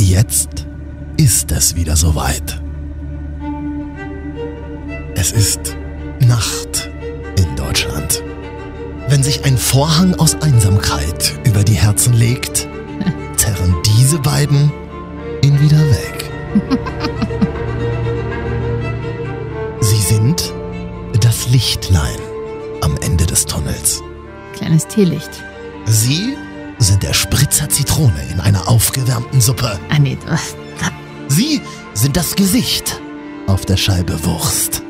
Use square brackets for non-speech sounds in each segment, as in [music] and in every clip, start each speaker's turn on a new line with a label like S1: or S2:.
S1: Jetzt ist es wieder soweit. Es ist Nacht in Deutschland. Wenn sich ein Vorhang aus Einsamkeit über die Herzen legt, zerren diese beiden ihn wieder weg. Sie sind das Lichtlein am Ende des Tunnels.
S2: Kleines Teelicht.
S1: Sie sind der Spritzer Zitrone in einer aufgewärmten Suppe.
S2: Ah nee, was?
S1: Sie sind das Gesicht auf der Scheibe Wurst.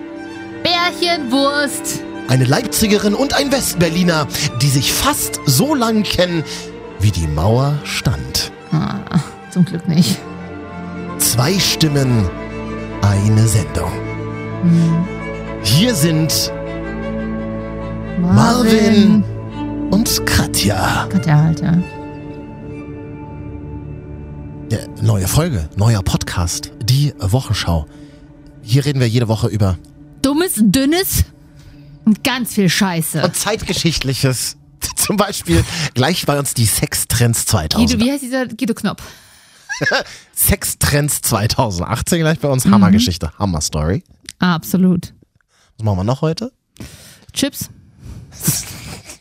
S2: Bärchenwurst.
S1: Eine Leipzigerin und ein Westberliner, die sich fast so lang kennen, wie die Mauer stand.
S2: Ah, zum Glück nicht.
S1: Zwei Stimmen, eine Sendung.
S2: Hm.
S1: Hier sind Marvin und Katja.
S2: Gott, halt, der Alter.
S1: Ja, neue Folge, neuer Podcast, die Wochenschau. Hier reden wir jede Woche über
S2: Dummes, dünnes und ganz viel Scheiße.
S1: und zeitgeschichtliches. [laughs] Zum Beispiel gleich bei uns die Sextrends
S2: Guido,
S1: 2000.
S2: wie heißt dieser Guido Knopf?
S1: Sextrends 2018 gleich bei uns. Hammergeschichte, Hammerstory.
S2: Ah, absolut.
S1: Was machen wir noch heute?
S2: Chips. [laughs]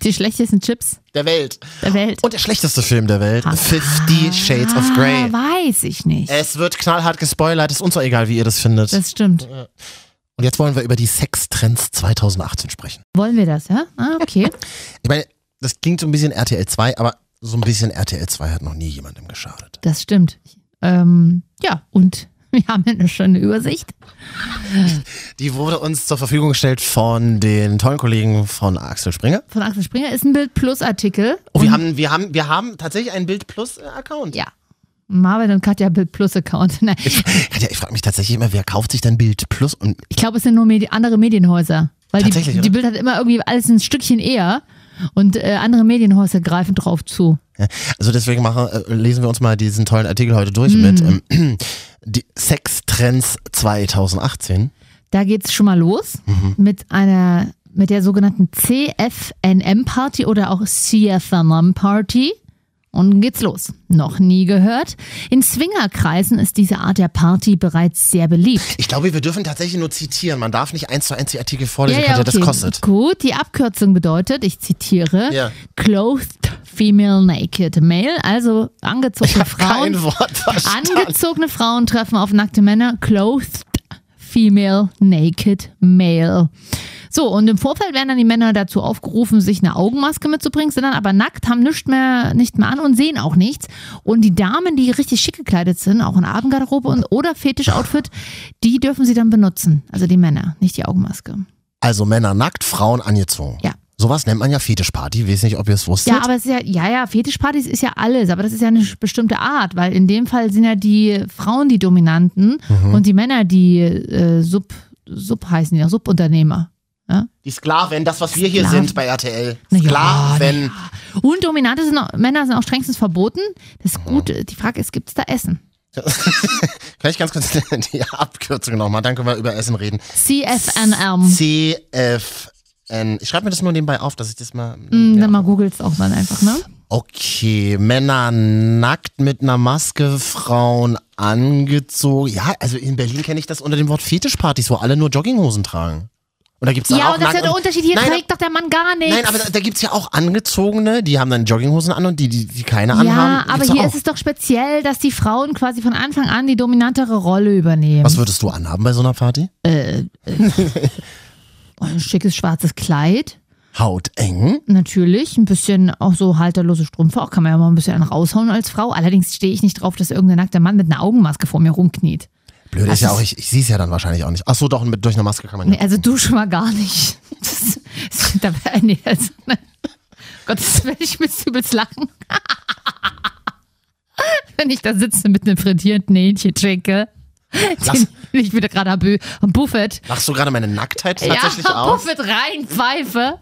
S2: Die schlechtesten Chips
S1: Der Welt.
S2: der Welt.
S1: Und der schlechteste Film der Welt,
S2: Ah,
S1: Fifty Shades of Grey. Äh.
S2: Weiß ich nicht.
S1: Es wird knallhart gespoilert, ist uns auch egal, wie ihr das findet.
S2: Das stimmt.
S1: Und jetzt wollen wir über die Sextrends 2018 sprechen.
S2: Wollen wir das, ja? Ah, okay.
S1: Ich meine, das klingt so ein bisschen RTL 2, aber so ein bisschen RTL 2 hat noch nie jemandem geschadet.
S2: Das stimmt. Ähm, ja, und [laughs] wir haben eine schöne Übersicht.
S1: Die wurde uns zur Verfügung gestellt von den tollen Kollegen von Axel Springer.
S2: Von Axel Springer ist ein Bild Plus Artikel.
S1: Oh, wir, haben, wir, haben, wir haben tatsächlich einen Bild Plus äh, Account.
S2: Ja. Marvin und Katja Bild Plus Account. [laughs] Nein.
S1: Ich, Katja, ich frage mich tatsächlich immer, wer kauft sich denn Bild Plus? Und
S2: Ich glaube, es sind nur Medi andere Medienhäuser. Weil
S1: Tatsächlich,
S2: die,
S1: oder?
S2: die Bild hat immer irgendwie alles ein Stückchen eher und äh, andere Medienhäuser greifen drauf zu.
S1: Ja, Also deswegen machen, äh, lesen wir uns mal diesen tollen Artikel heute durch mit
S2: Mhm.
S1: ähm, [clears throat] die Sextrends 2018.
S2: Da geht's schon mal los
S1: Mhm.
S2: mit einer mit der sogenannten CFNM Party oder auch CFNM Party. Und nun geht's los. Noch nie gehört. In Swingerkreisen ist diese Art der Party bereits sehr beliebt.
S1: Ich glaube, wir dürfen tatsächlich nur zitieren. Man darf nicht eins zu eins die Artikel vorlesen, Katja, das
S2: okay.
S1: kostet.
S2: Gut, die Abkürzung bedeutet, ich zitiere,
S1: Ja.
S2: clothed female naked male, also angezogene Frauen.
S1: Kein Wort verstanden.
S2: Angezogene Frauen treffen auf nackte Männer, clothed female naked male. So, und im Vorfeld werden dann die Männer dazu aufgerufen, sich eine Augenmaske mitzubringen, sind dann aber nackt, haben nichts mehr, nicht mehr an und sehen auch nichts. Und die Damen, die richtig schick gekleidet sind, auch in Abendgarderobe und, oder Fetisch-Outfit, die dürfen sie dann benutzen. Also die Männer, nicht die Augenmaske.
S1: Also Männer nackt, Frauen angezogen.
S2: Ja.
S1: Sowas nennt man ja Fetischparty. Ich weiß nicht, ob ihr es wusstet.
S2: Ja, aber es ist ja, ja, ja, Fetischpartys ist ja alles, aber das ist ja eine bestimmte Art, weil in dem Fall sind ja die Frauen die Dominanten
S1: Mhm.
S2: und die Männer die äh, Sub, Sub heißen ja, Subunternehmer.
S1: die Sklaven, das, was wir hier
S2: Sklaven.
S1: sind bei RTL.
S2: Na ja,
S1: Sklaven.
S2: Und Dominante sind auch, Männer sind auch strengstens verboten. Das
S1: Mhm.
S2: ist gut. Die Frage ist, gibt's da Essen?
S1: Kann ich ganz kurz [laughs] die Abkürzung nochmal? Dann können wir über Essen reden.
S2: CFNM.
S1: CFN. Ich schreibe mir das nur nebenbei auf, dass ich das mal.
S2: Hm, Dann mal googelst auch mal einfach, ne?
S1: Okay, Männer nackt mit einer Maske, Frauen angezogen. Ja, also in Berlin kenne ich das unter dem Wort Fetischpartys, wo alle nur Jogginghosen tragen. Und da gibt's dann
S2: Ja,
S1: auch
S2: und das ist ja
S1: nackt
S2: der
S1: und-
S2: Unterschied. Hier
S1: Nein,
S2: trägt doch der Mann gar nichts.
S1: Nein, aber da, da gibt's ja auch angezogene, die haben dann Jogginghosen an und die, die, die keine
S2: ja,
S1: anhaben.
S2: aber
S1: gibt's
S2: hier
S1: auch.
S2: ist es doch speziell, dass die Frauen quasi von Anfang an die dominantere Rolle übernehmen.
S1: Was würdest du anhaben bei so einer Party?
S2: Oh, ein schickes schwarzes Kleid.
S1: Hauteng?
S2: Natürlich, ein bisschen auch so halterlose Strümpfe, auch kann man ja mal ein bisschen einen raushauen als Frau. Allerdings stehe ich nicht drauf, dass irgendein nackter Mann mit einer Augenmaske vor mir rumkniet.
S1: Blöd ist
S2: Also
S1: ja auch,
S2: es-
S1: ich, ich sehe es ja dann wahrscheinlich auch nicht. Ach so, doch, mit, durch eine Maske kann man
S2: Nee,
S1: ja.
S2: also du schon mal gar nicht. [laughs] Das, das, da, nee, also, ne. Gott, das werde ich mit übelst lachen. [laughs] Wenn ich da sitze mit einem frittierten Hähnchen trinke,
S1: Lass-
S2: den [laughs] ich wieder gerade am, Bü- am Buffet
S1: Lachst du gerade meine Nacktheit
S2: [laughs]
S1: tatsächlich
S2: ja,
S1: aus?
S2: Buffet reinpfeife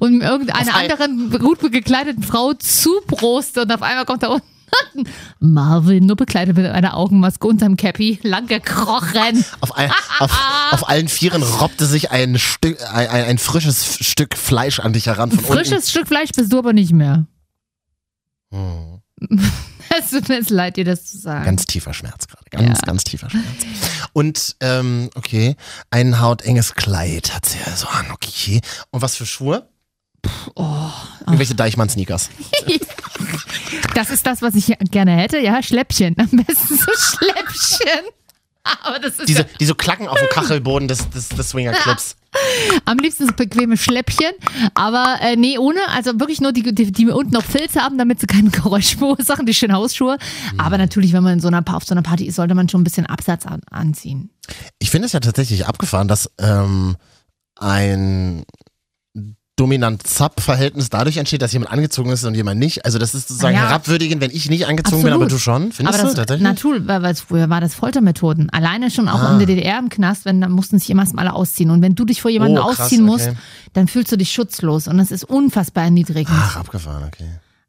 S2: und irgendeiner
S1: Auf ein-
S2: anderen gut gekleideten Frau zuproste und auf einmal kommt da unten [laughs] Marvin, nur bekleidet mit einer Augenmaske unterm Cappy, lang gekrochen.
S1: Auf, ein, auf, auf allen Vieren robbte sich ein, Stück, ein, ein, ein frisches F- Stück Fleisch an dich heran. Von
S2: Frisches Stück Fleisch bist du aber nicht mehr.
S1: Unten. Hm.
S2: [laughs] Es tut mir jetzt leid, dir das zu sagen.
S1: Ganz tiefer Schmerz gerade. Ganz, ganz tiefer Schmerz. Und, ähm, okay, ein hautenges Kleid hat sie ja so an, okay. Und was für Schuhe?
S2: oh,
S1: Irgendwelche Deichmann-Sneakers.
S2: das ist das, was ich gerne hätte. Ja, Schläppchen. Am
S1: [laughs]
S2: besten so Schläppchen. Aber das ist
S1: Diese, die so klacken auf dem Kachelboden des, des, des Swingerclubs.
S2: Am liebsten so bequeme Schläppchen, aber äh, nee, ohne. Also wirklich nur die, die, die unten noch Filze haben, damit sie kein [laughs] Geräusch verursachen, die schönen Hausschuhe.
S1: Mhm.
S2: Aber natürlich, wenn man in so einer, Pa- auf so einer Party ist, sollte man schon ein bisschen Absatz an, anziehen.
S1: Ich finde es ja tatsächlich abgefahren, dass ähm, ein Dominant-Zap-Verhältnis dadurch entsteht, dass jemand angezogen ist und jemand nicht. Also das ist sozusagen
S2: Ja.
S1: herabwürdigend, wenn ich nicht angezogen bin,
S2: Absolut.
S1: aber du schon. Findest
S2: aber
S1: du
S2: das,
S1: tatsächlich?
S2: natürlich, weil weil es früher war das Foltermethoden. Alleine schon auch
S1: Ah.
S2: in der DDR im Knast, wenn da mussten sich immer erstmal alle ausziehen. Und wenn du dich vor jemandem
S1: Oh, krass,
S2: ausziehen musst,
S1: okay.
S2: dann fühlst du dich schutzlos. Und das ist unfassbar erniedrigend.
S1: Ach, abgefahren, okay.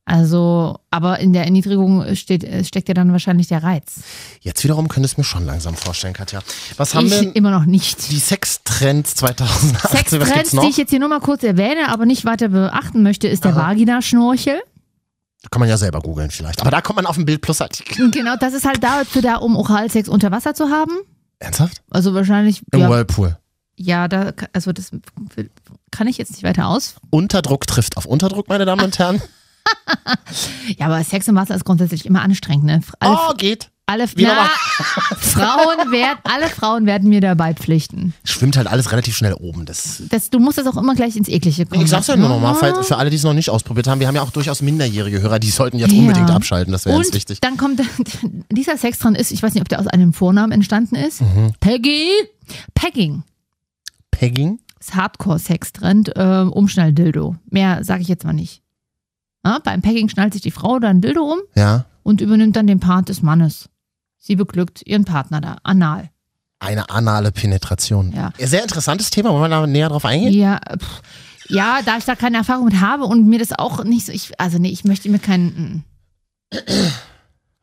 S2: Also, aber in der Erniedrigung steht, äh, steckt ja dann wahrscheinlich der Reiz.
S1: Jetzt wiederum könnte es mir schon langsam vorstellen, Katja. Was haben wir?
S2: ich immer noch nicht.
S1: Die Sextrends 2018, was gibt's
S2: Sextrends,
S1: noch?
S2: die ich jetzt hier nur mal kurz erwähne, aber nicht weiter beachten möchte, ist der
S1: Aha.
S2: Vagina-Schnorchel.
S1: Kann man ja selber googeln vielleicht. Aber da kommt man auf den Bild Plus Artikel.
S2: Genau, das ist halt dazu da, um Oralsex unter Wasser zu haben.
S1: Ernsthaft?
S2: Also wahrscheinlich,
S1: Im
S2: ja,
S1: Whirlpool.
S2: ja da, also das kann ich jetzt nicht weiter aus.
S1: Unterdruck trifft auf Unterdruck, meine Damen und Herren.
S2: Ja, aber Sex im Wasser ist grundsätzlich immer anstrengend, ne? Alle,
S1: Oh, geht.
S2: alle,
S1: wieder
S2: na, [laughs] Frauen werden, alle Frauen werden mir dabei pflichten.
S1: Schwimmt halt alles relativ schnell oben. Das,
S2: Das, du musst das auch immer gleich ins Eklige kommen.
S1: ich sag's ja nur nochmal, für, für alle, die es noch nicht ausprobiert haben. Wir haben ja auch durchaus minderjährige Hörer, die sollten jetzt
S2: Ja.
S1: unbedingt abschalten. Das wäre
S2: Und
S1: jetzt wichtig.
S2: dann kommt [laughs] dieser Sex dran ist, ich weiß nicht, ob der aus einem Vornamen entstanden
S1: Hm.
S2: ist.
S1: Mhm.
S2: Peggy. Pegging
S1: Pegging?
S2: ist Hardcore-Sex-Trend, äh, Umschnall-Dildo. Mehr sage ich jetzt mal nicht. Ja, beim Pegging schnallt sich die Frau dann ein Dildo um
S1: Ja.
S2: und übernimmt dann den Part des Mannes. Sie beglückt ihren Partner da, anal.
S1: Eine anale Penetration.
S2: Ja.
S1: Sehr interessantes Thema. Wollen wir da näher drauf eingehen?
S2: Ja, pff. ja, da ich da keine Erfahrung mit habe und mir das auch nicht so, ich, also nee, ich möchte mir keinen,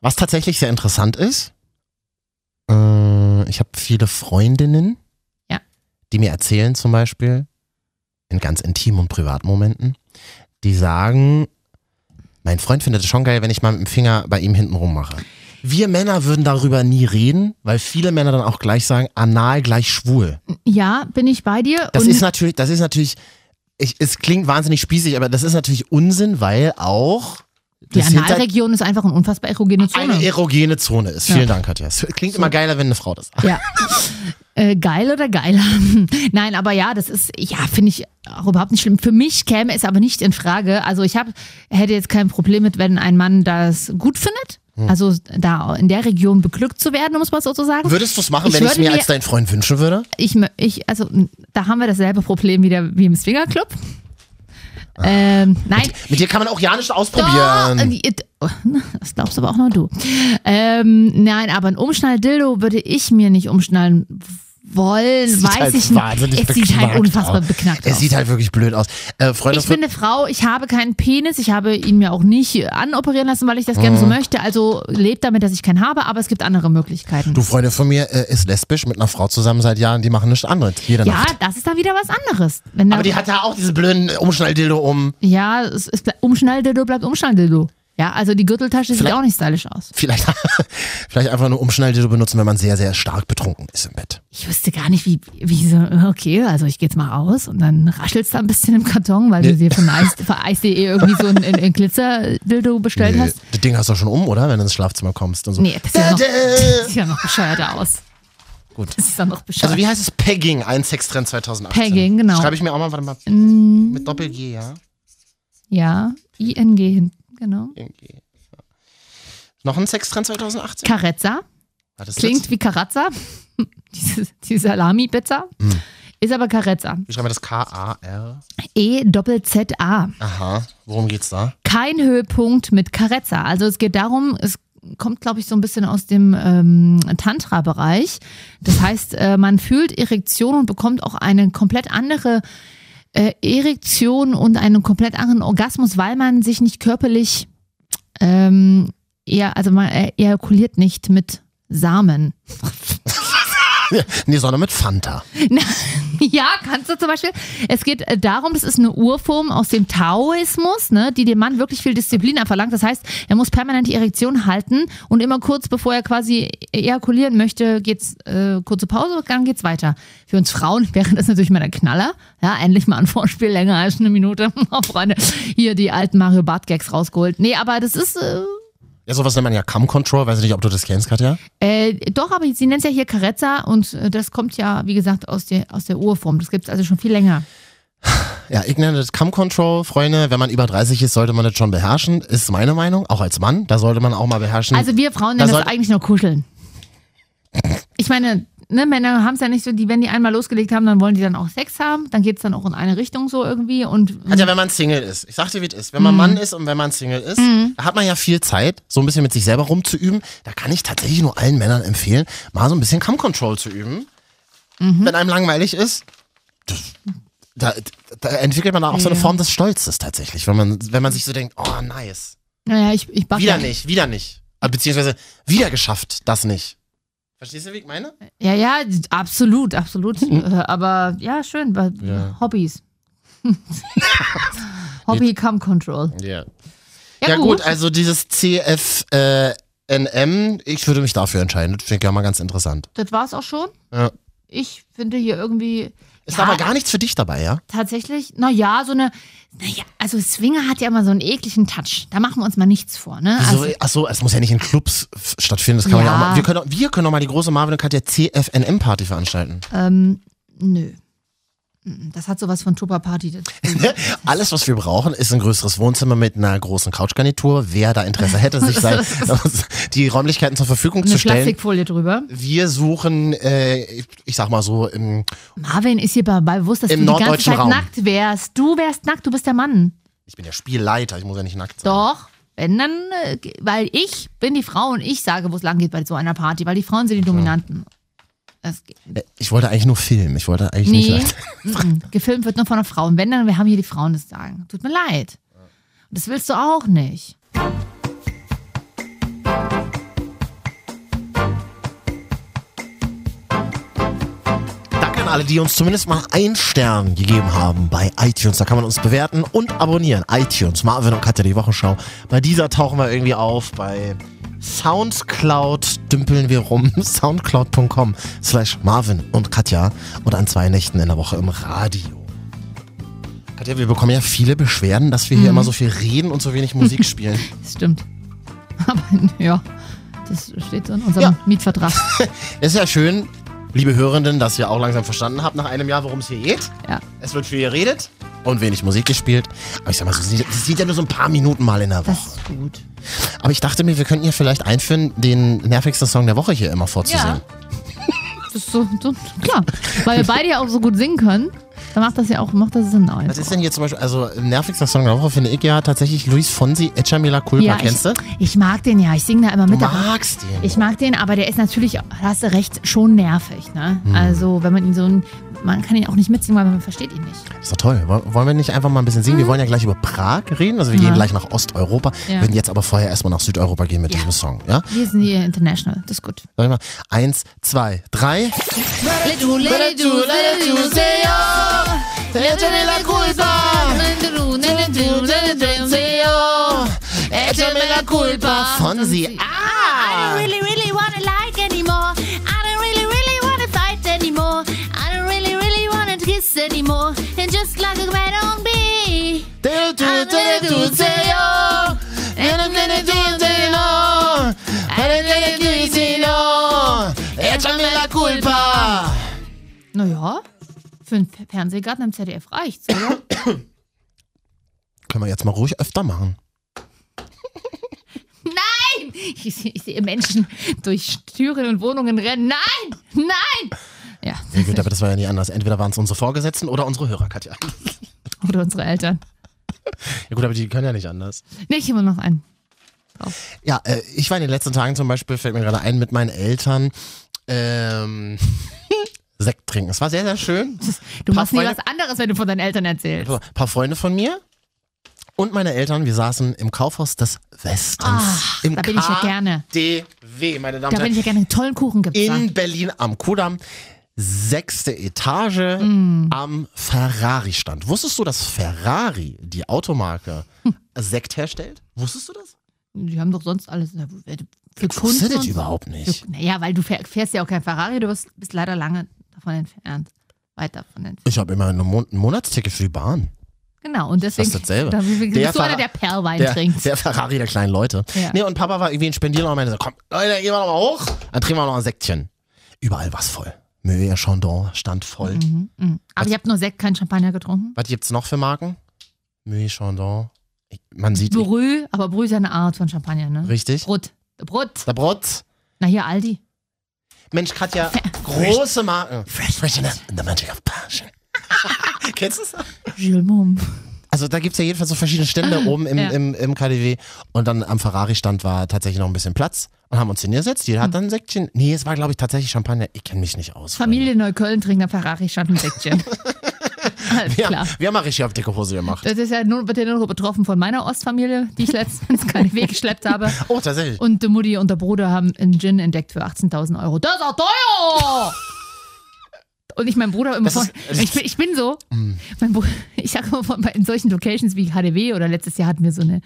S1: Was tatsächlich sehr interessant ist, äh, ich habe viele Freundinnen,
S2: Ja.
S1: die mir erzählen zum Beispiel, in ganz intimen und privaten Momenten, die sagen, mein Freund findet es schon geil, wenn ich mal mit dem Finger bei ihm hinten rummache. Wir Männer würden darüber nie reden, weil viele Männer dann auch gleich sagen, anal gleich schwul.
S2: mm. ja, bin ich bei dir.
S1: Das
S2: und
S1: ist natürlich, das ist natürlich, ich, es klingt wahnsinnig spießig, aber das ist natürlich Unsinn, weil auch
S2: die
S1: das hinter-
S2: Analregion ist einfach eine unfassbar erogene Zone.
S1: eine erogene Zone ist.
S2: Ja.
S1: Vielen Dank, Katja. Es klingt immer geiler, wenn eine Frau das sagt.
S2: Ja. Äh, geil oder geiler? [laughs] Nein, aber ja, das ist, ja, finde ich auch überhaupt nicht schlimm. Für mich käme es aber nicht in Frage. Also ich hab, hätte jetzt kein Problem mit, wenn ein Mann das gut findet.
S1: Hm.
S2: Also da in der Region beglückt zu werden, um muss man sozusagen.
S1: Würdest du es machen,
S2: Ich
S1: wenn ich es
S2: würde
S1: mir
S2: mir-
S1: als dein Freund wünschen würde?
S2: ich, mö- ich, also da haben wir dasselbe Problem wieder wie im Swingerclub.
S1: Ah.
S2: Ähm, nein,
S1: Mit dir kann man auch ja nicht
S2: Doch,
S1: ausprobieren.
S2: äh, it- oh, Das glaubst aber auch nur du. Ähm, nein, aber ein Umschnall-Dildo würde ich mir nicht umschnallen wollen,
S1: Es sieht
S2: weiß
S1: halt
S2: ich nicht.
S1: wahnsinnig
S2: es sieht halt
S1: beknackt
S2: unfassbar
S1: aus.
S2: beknackt
S1: Es
S2: aus.
S1: sieht halt wirklich blöd aus. Äh, Freunde,
S2: Ich bin eine Frau, ich habe keinen Penis, ich habe ihn mir auch nicht anoperieren lassen, weil ich das
S1: Mhm.
S2: gerne so möchte. Also lebt damit, dass ich keinen habe, aber es gibt andere Möglichkeiten.
S1: du Freunde von mir äh, ist lesbisch mit einer Frau zusammen seit Jahren, die machen nichts anderes. Jede
S2: ja,
S1: Nacht.
S2: das ist dann wieder was anderes. Wenn da-
S1: Aber die hat ja auch diese blöden äh, Umschnalldildo um.
S2: ja, es ist Umschnall-Dildo bleibt Umschnall-Dildo. Ja, also die Gürteltasche sieht
S1: Vielleicht-
S2: auch nicht stylisch aus.
S1: Vielleicht, [laughs] vielleicht einfach nur Umschnalldildo benutzen, wenn man sehr, sehr stark betrunken ist im Bett.
S2: Ich wüsste gar nicht, wie, wie so, okay, also ich gehe jetzt mal raus und dann raschelst du ein bisschen im Karton, weil du dir von Eis- von Eis.de irgendwie so ein, ein, ein Glitzer-Dildo bestellt
S1: Äh,
S2: hast.
S1: das Ding hast du schon um, oder? Wenn du ins Schlafzimmer kommst und so.
S2: Nee, das sieht ja noch, das
S1: Dada!
S2: sieht ja noch bescheuerter aus.
S1: Gut.
S2: Das sieht dann noch
S1: Also
S2: bescheuerter.
S1: wie heißt es? Pegging, ein Sextrend 2018.
S2: Pegging, genau.
S1: Schreibe ich mir auch mal, warte mal. Mit Doppel-G, ja?
S2: ja, ING hinten, genau.
S1: Irgendwie. Ja. Noch ein Sextrend 2018?
S2: Carezza,
S1: War das
S2: klingt
S1: letzte?
S2: wie Carazza, [laughs] diese, die Salami-Pizza,
S1: Hm.
S2: ist aber Carezza.
S1: Wie schreiben wir das? K-A-R.
S2: E-Doppel-Z-A.
S1: Aha. Worum geht's da?
S2: kein Höhepunkt mit Carezza. Also es geht darum, es kommt, glaube ich, so ein bisschen aus dem ähm, Tantra-Bereich. Das heißt, äh, man fühlt Erektion und bekommt auch eine komplett andere äh, Erektion und einen komplett anderen Orgasmus, weil man sich nicht körperlich ähm, eher, also man äh, ejakuliert nicht mit Samen.
S1: Nee, sondern mit Fanta.
S2: Na, [laughs] ja, kannst du zum Beispiel. Es geht äh, darum, das ist eine Urform aus dem Taoismus, ne, die dem Mann wirklich viel Disziplin verlangt. Das heißt, er muss permanent die Erektion halten und immer kurz bevor er quasi ejakulieren möchte, geht's äh, kurze Pause, dann geht's weiter. Für uns Frauen [laughs] wäre das natürlich mal der Knaller. Ja, endlich mal ein Vorspiel länger als eine Minute. [laughs] Oh, Freunde, hier die alten Mario Bart Gags rausgeholt. Nee, aber das ist äh,
S1: Ja, sowas nennt man ja Cum Control. Weiß ich nicht, ob du das kennst, Katja.
S2: äh, doch, aber sie nennt es ja hier Carezza und äh, das kommt ja, wie gesagt, aus der, aus der Urform. Das gibt's also schon viel länger.
S1: Ja, ich nenne das Cum Control, Freunde. Wenn man über 30 ist, sollte man das schon beherrschen. Ist meine Meinung. Auch als Mann. Da sollte man auch mal beherrschen.
S2: Also wir Frauen
S1: Da
S2: nennen das
S1: sollte-
S2: eigentlich nur kuscheln. Ich meine, ne, Männer haben es ja nicht so, die, wenn die einmal losgelegt haben, dann wollen die dann auch Sex haben, dann geht es dann auch in eine Richtung so irgendwie und
S1: Katja, wenn man Single ist, ich sag dir, wie es ist, wenn man
S2: Mhm.
S1: Mann ist und wenn man Single ist, da hat man ja viel Zeit, so ein bisschen mit sich selber rumzuüben. Da kann ich tatsächlich nur allen Männern empfehlen, mal so ein bisschen Cum Control zu üben.
S2: Mhm.
S1: Wenn einem langweilig ist, das, da, da entwickelt man auch so eine
S2: Ja.
S1: Form des Stolzes tatsächlich, wenn man, wenn man sich so denkt, oh nice,
S2: naja, ich, ich backe.
S1: wieder nicht, wieder nicht. Äh, Beziehungsweise wieder geschafft, das nicht. Verstehst du, wie ich meine?
S2: Ja, ja,
S1: [laughs]
S2: absolut, absolut. Äh, Aber ja, schön. wa-
S1: Ja. [laughs]
S2: Hobbys. Hobby Come Control.
S1: Ja.
S2: Ja,
S1: Ja,
S2: gut.
S1: gut, also dieses CFNM, äh, NM, ich würde mich dafür entscheiden. Das finde ich ja mal ganz interessant.
S2: Das war's auch schon.
S1: Ja.
S2: Ich finde hier irgendwie.
S1: Ist
S2: Ja,
S1: aber gar nichts für dich dabei, ja?
S2: tatsächlich, naja, so eine, naja, also Swinger hat ja immer so einen ekligen Touch. Da machen wir uns mal nichts vor, ne?
S1: Wieso?
S2: Also,
S1: Achso, es muss ja nicht in Clubs f- stattfinden. Das kann man ja
S2: Ja.
S1: auch mal. Wir können, auch- wir können auch mal die große Marvin und Katja CFNM-Party veranstalten.
S2: ähm, nö. Mm, Das hat sowas von Tupper-Party. Das-
S1: [laughs] Alles, was wir brauchen, ist ein größeres Wohnzimmer mit einer großen Couchgarnitur. Wer da Interesse hätte, sich sein,
S2: [laughs]
S1: die Räumlichkeiten zur Verfügung
S2: Eine
S1: zu stellen.
S2: Plastikfolie drüber.
S1: Wir suchen, äh, ich sag mal so, im,
S2: Marvin ist hier bei bei bewusst, dass
S1: Im
S2: du die ganze
S1: norddeutschen
S2: Zeit
S1: Raum.
S2: nackt wärst. Du wärst nackt, du bist der Mann.
S1: ich bin ja Spielleiter, ich muss ja nicht nackt sein.
S2: Doch, wenn dann, äh, ge- weil ich bin die Frau und ich sage, wo es lang geht bei so einer Party, weil die Frauen sind die Dominanten. Das geht.
S1: Äh, Ich wollte eigentlich nur filmen, ich wollte eigentlich
S2: Nee,
S1: nicht.
S2: mm, mm. gefilmt wird nur von einer Frau. Und wenn dann, wir haben hier die Frauen das sagen. Tut mir leid. Und das willst du auch nicht.
S1: Danke an alle, die uns zumindest mal einen Stern gegeben haben bei iTunes. Da kann man uns bewerten und abonnieren. iTunes, Marvin und Katja, die Wochenschau. Bei dieser tauchen wir irgendwie auf. Bei Soundcloud dümpeln wir rum. [laughs] Soundcloud.com slash Marvin und Katja. Und an zwei Nächten in der Woche im Radio. Katja, wir bekommen ja viele Beschwerden, dass wir hier immer so viel reden und so wenig Musik spielen.
S2: Das stimmt. [laughs] Aber ja, das steht so in unserem
S1: Ja.
S2: Mietvertrag.
S1: Ist ja schön, liebe Hörenden, dass ihr auch langsam verstanden habt nach einem Jahr, worum es hier geht.
S2: Ja.
S1: Es wird viel geredet und wenig Musik gespielt. Aber ich sag mal, das sind, das sind ja nur so ein paar Minuten mal in der Woche.
S2: Das ist gut.
S1: Aber ich dachte mir, wir könnten hier vielleicht einführen, den nervigsten Song der Woche hier immer vorzusingen.
S2: Das ist so, so klar. Weil wir beide ja auch so gut singen können, dann macht das ja auch, macht das Sinn.
S1: Was ist denn hier zum Beispiel, also nervigster Song der Woche finde ich ja tatsächlich Luis Fonsi, Echamela Culpa,
S2: ja, ich,
S1: kennst du?
S2: ich mag den ja, ich singe da immer
S1: Du
S2: mit. aber-
S1: magst den.
S2: Ich mag den, aber der ist natürlich, da hast du recht, schon nervig. Ne?
S1: Mhm.
S2: Also, wenn man ihn so, ein- man kann ihn auch nicht mitsingen, weil man versteht ihn nicht.
S1: Ist doch toll. Woll- Wollen wir nicht einfach mal ein bisschen singen? Wir wollen ja gleich über Prag reden, also wir
S2: Mhm. Ja.
S1: gehen gleich nach Osteuropa,
S2: Ja.
S1: würden jetzt aber vorher erstmal nach Südeuropa gehen mit diesem Song, ja?
S2: Wir sind hier international, das ist gut.
S1: Sag ich mal, eins, zwei, drei. Fonsi.
S3: I don't really, really wanna like anymore. I don't really, really wanna fight anymore. I don't really, really wanna kiss anymore. And just like a man on me.
S2: Naja, für einen Fe- Fernsehgarten im ZDF reicht's, oder?
S1: Können wir jetzt mal ruhig öfter machen.
S2: Nein! Ich, se- ich sehe Menschen durch Türen und Wohnungen rennen. Nein! Nein!
S3: [laughs]
S2: Ja,
S1: Ja, gut, aber das war ja nie anders. Entweder waren es unsere Vorgesetzten oder unsere Hörer, Katja.
S2: oder unsere Eltern.
S1: Ja gut, aber die können ja nicht anders.
S2: Nee, ich immer noch einen.
S1: Ja, äh, ich war in den letzten Tagen zum Beispiel, fällt mir gerade ein, mit meinen Eltern ähm, [laughs] Sekt trinken. Es war sehr, sehr schön.
S2: Du
S1: Paar
S2: machst nie
S1: Freunde-
S2: was anderes, wenn du von deinen Eltern erzählst.
S1: Ein paar Freunde von mir und meine Eltern, wir saßen im Kaufhaus des Westens.
S2: Ach,
S1: Im
S2: da bin Ah, ich ja gerne.
S1: KDW. weh, meine Damen
S2: Da
S1: und
S2: bin
S1: Herren.
S2: ich ja gerne einen tollen Kuchen gibt's da.
S1: In Berlin am Kudamm, sechste Etage am Ferrari-Stand. Wusstest du, dass Ferrari, die Automarke,
S2: Hm.
S1: Sekt herstellt? Wusstest du das?
S2: Die haben doch sonst alles. na, Für
S1: Ich wusste das
S2: und-
S1: überhaupt nicht.
S2: Naja, weil du fähr- fährst ja auch kein Ferrari, du bist, bist leider lange davon entfernt. Weit davon entfernt.
S1: Ich habe immer einen Mon ein Monatsticket für die Bahn.
S2: Genau, und deswegen
S1: Fast dasselbe.
S2: Da bist du
S1: Der
S2: bist du einer,
S1: Ferra-
S2: der Perlwein
S1: Der,
S2: trinkt.
S1: der Ferrari der kleinen Leute.
S2: Ja.
S1: Nee, und Papa war irgendwie ein Spendierer und meinte so, komm, Leute, gehen wir nochmal hoch, dann trinken wir noch ein Sektchen. Überall war's voll. Möhe Chandon stand voll.
S2: Mhm, mhm. Aber
S1: Was-
S2: ich habe nur Sekt, kein Champagner getrunken.
S1: Was gibt's noch für Marken? Möhe Chandon. Ich- Man sieht
S2: Brü, aber Brü ist ja eine Art von Champagner, ne?
S1: richtig.
S2: Brot. Brot.
S1: Der Brot.
S2: Na hier, Aldi.
S1: Mensch, Katja, große Marken. Fresh, fresh in the, in the magic of passion. [laughs] Kennst du das?
S2: Gilles Mom.
S1: Also da gibt's ja jedenfalls so verschiedene Stände oben im,
S2: Ja.
S1: im, im KDW. Und dann am Ferrari-Stand war tatsächlich noch ein bisschen Platz und haben uns hingesetzt. Jeder hat dann ein Säckchen. Nee, es war, glaube ich, tatsächlich Champagner. Ich kenne mich nicht aus. [laughs] Freunde.
S2: Familie Neukölln trinkt am Ferrari stand ein Säckchen. Alles
S1: Wir,
S2: klar.
S1: haben- wir haben mal richtig auf dicke Hose gemacht.
S2: Das ist ja nur, wird ja nur noch betroffen von meiner Ostfamilie, die ich letztens keinen Weg geschleppt habe.
S1: Oh, tatsächlich.
S2: Und die Mutti und der Bruder haben einen Gin entdeckt für 18.000 Euro. Das ist auch teuer! Und ich mein Bruder immer
S1: Das Mm.
S2: vor,
S1: ist-
S2: ich, bin, ich bin so, mein Bruder, ich sag immer vor, in solchen Locations wie HDW oder letztes Jahr hatten wir so eine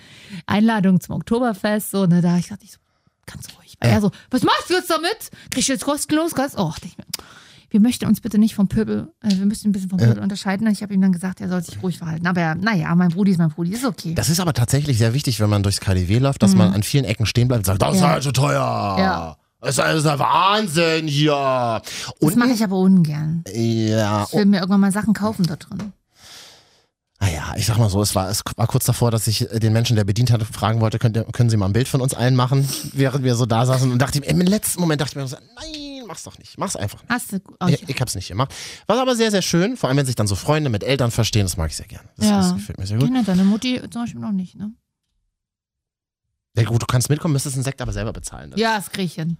S2: Einladung zum Oktoberfest, so, ne, da ich dachte ich so, ganz ruhig. Weil er so, was machst du jetzt damit? Kriegst du jetzt kostenlos? Ganz, oh, dachte ich mir, wir möchten uns bitte nicht vom Pöbel, äh, wir müssen ein bisschen vom Pöbel unterscheiden. Ich habe ihm dann gesagt, er soll sich ruhig verhalten. Aber naja, mein Brudi ist mein Brudi, ist okay.
S1: Das ist aber tatsächlich sehr wichtig, wenn man durchs KDW läuft, dass man an vielen Ecken stehen bleibt und sagt, das ist
S2: Ja.
S1: halt so teuer.
S2: Ja.
S1: Das ist das ist ein Wahnsinn hier.
S2: Das mache
S1: Und,
S2: ich aber ungern.
S1: ja,
S2: Ich will mir irgendwann mal Sachen kaufen da drin.
S1: Naja, Ah ich sag mal so, es war, es war kurz davor, dass ich äh, den Menschen, der bedient hatte, fragen wollte, könnt ihr, können Sie mal ein Bild von uns allen machen, während wir so da saßen und dachte ich mir, im letzten Moment dachte ich mir, so, nein, mach's doch nicht, mach's einfach nicht.
S2: Hast du? Oh,
S1: Ich,
S2: ich,
S1: ich hab's nicht gemacht. War aber sehr, sehr schön, vor allem wenn sich dann so Freunde mit Eltern verstehen, das mag ich sehr gerne. Das,
S2: Ja. Genau.
S1: das gefällt mir sehr gut.
S2: kenne deine Mutti zum Beispiel noch nicht, ne?
S1: Ja gut, du kannst mitkommen, müsstest den Sekt aber selber bezahlen. ne?
S2: Ja, das krieg ich hin.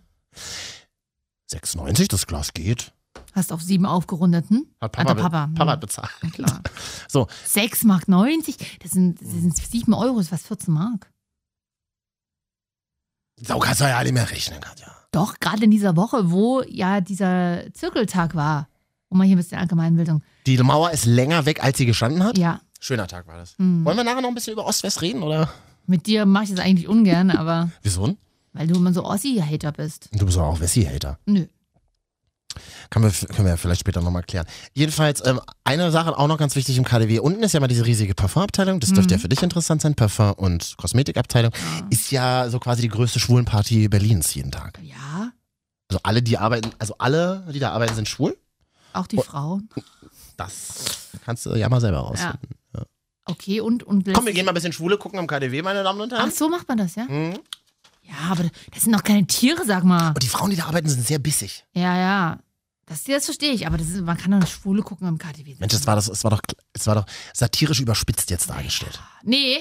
S1: 6,90, das Glas geht.
S2: Hast auf sieben aufgerundet, hm?
S1: Hat
S2: Ah,
S1: Papa,
S2: der
S1: be-
S2: Papa.
S1: Papa hat
S2: hm,
S1: bezahlt.
S2: na klar.
S1: [laughs] So.
S2: 6 Mark 90, das sind, das sind 7 Euro, ist fast 14 Mark.
S1: So kannst du ja alle mehr rechnen, Katja.
S2: Doch, gerade in dieser Woche, wo ja dieser Zirkeltag war. Und mal hier ein bisschen Allgemeinbildung.
S1: Die Mauer ist länger weg, als sie gestanden hat.
S2: Ja.
S1: Schöner Tag war das.
S2: Hm.
S1: Wollen wir nachher noch ein bisschen über Ost-West reden, oder?
S2: Mit dir mache ich das eigentlich ungern, aber
S1: Wieso denn?
S2: weil du immer so Ossi-Hater bist.
S1: Du bist doch auch Wessi-Hater.
S2: Nö.
S1: Kann wir, können wir ja vielleicht später nochmal klären. Jedenfalls, ähm, eine Sache auch noch ganz wichtig im KDW. Unten ist ja mal diese riesige Parfumabteilung. Das
S2: Mhm.
S1: dürfte ja für dich interessant sein. Parfum- und Kosmetikabteilung. Ist [laughs] ja so quasi die größte Schwulenparty Berlins jeden Tag.
S2: Ja,
S1: Also alle, die arbeiten, also alle, die da arbeiten, sind schwul.
S2: auch die
S1: Oh.
S2: Frau.
S1: Das kannst du ja mal selber
S2: Ja.
S1: rausfinden.
S2: Okay, und. und
S1: Komm, wir gehen mal ein bisschen Schwule gucken am KDW, meine Damen und
S2: Ach,
S1: Herren.
S2: so macht man das, ja?
S1: Mhm.
S2: Ja, aber das sind doch keine Tiere, sag mal.
S1: Und die Frauen, die da arbeiten, sind sehr bissig.
S2: Ja, ja. Das, das verstehe ich, aber das ist, man kann doch nicht Schwule gucken am KTV.
S1: Mensch, es war, das, es, war doch, es war doch satirisch überspitzt jetzt dargestellt.
S2: Nee,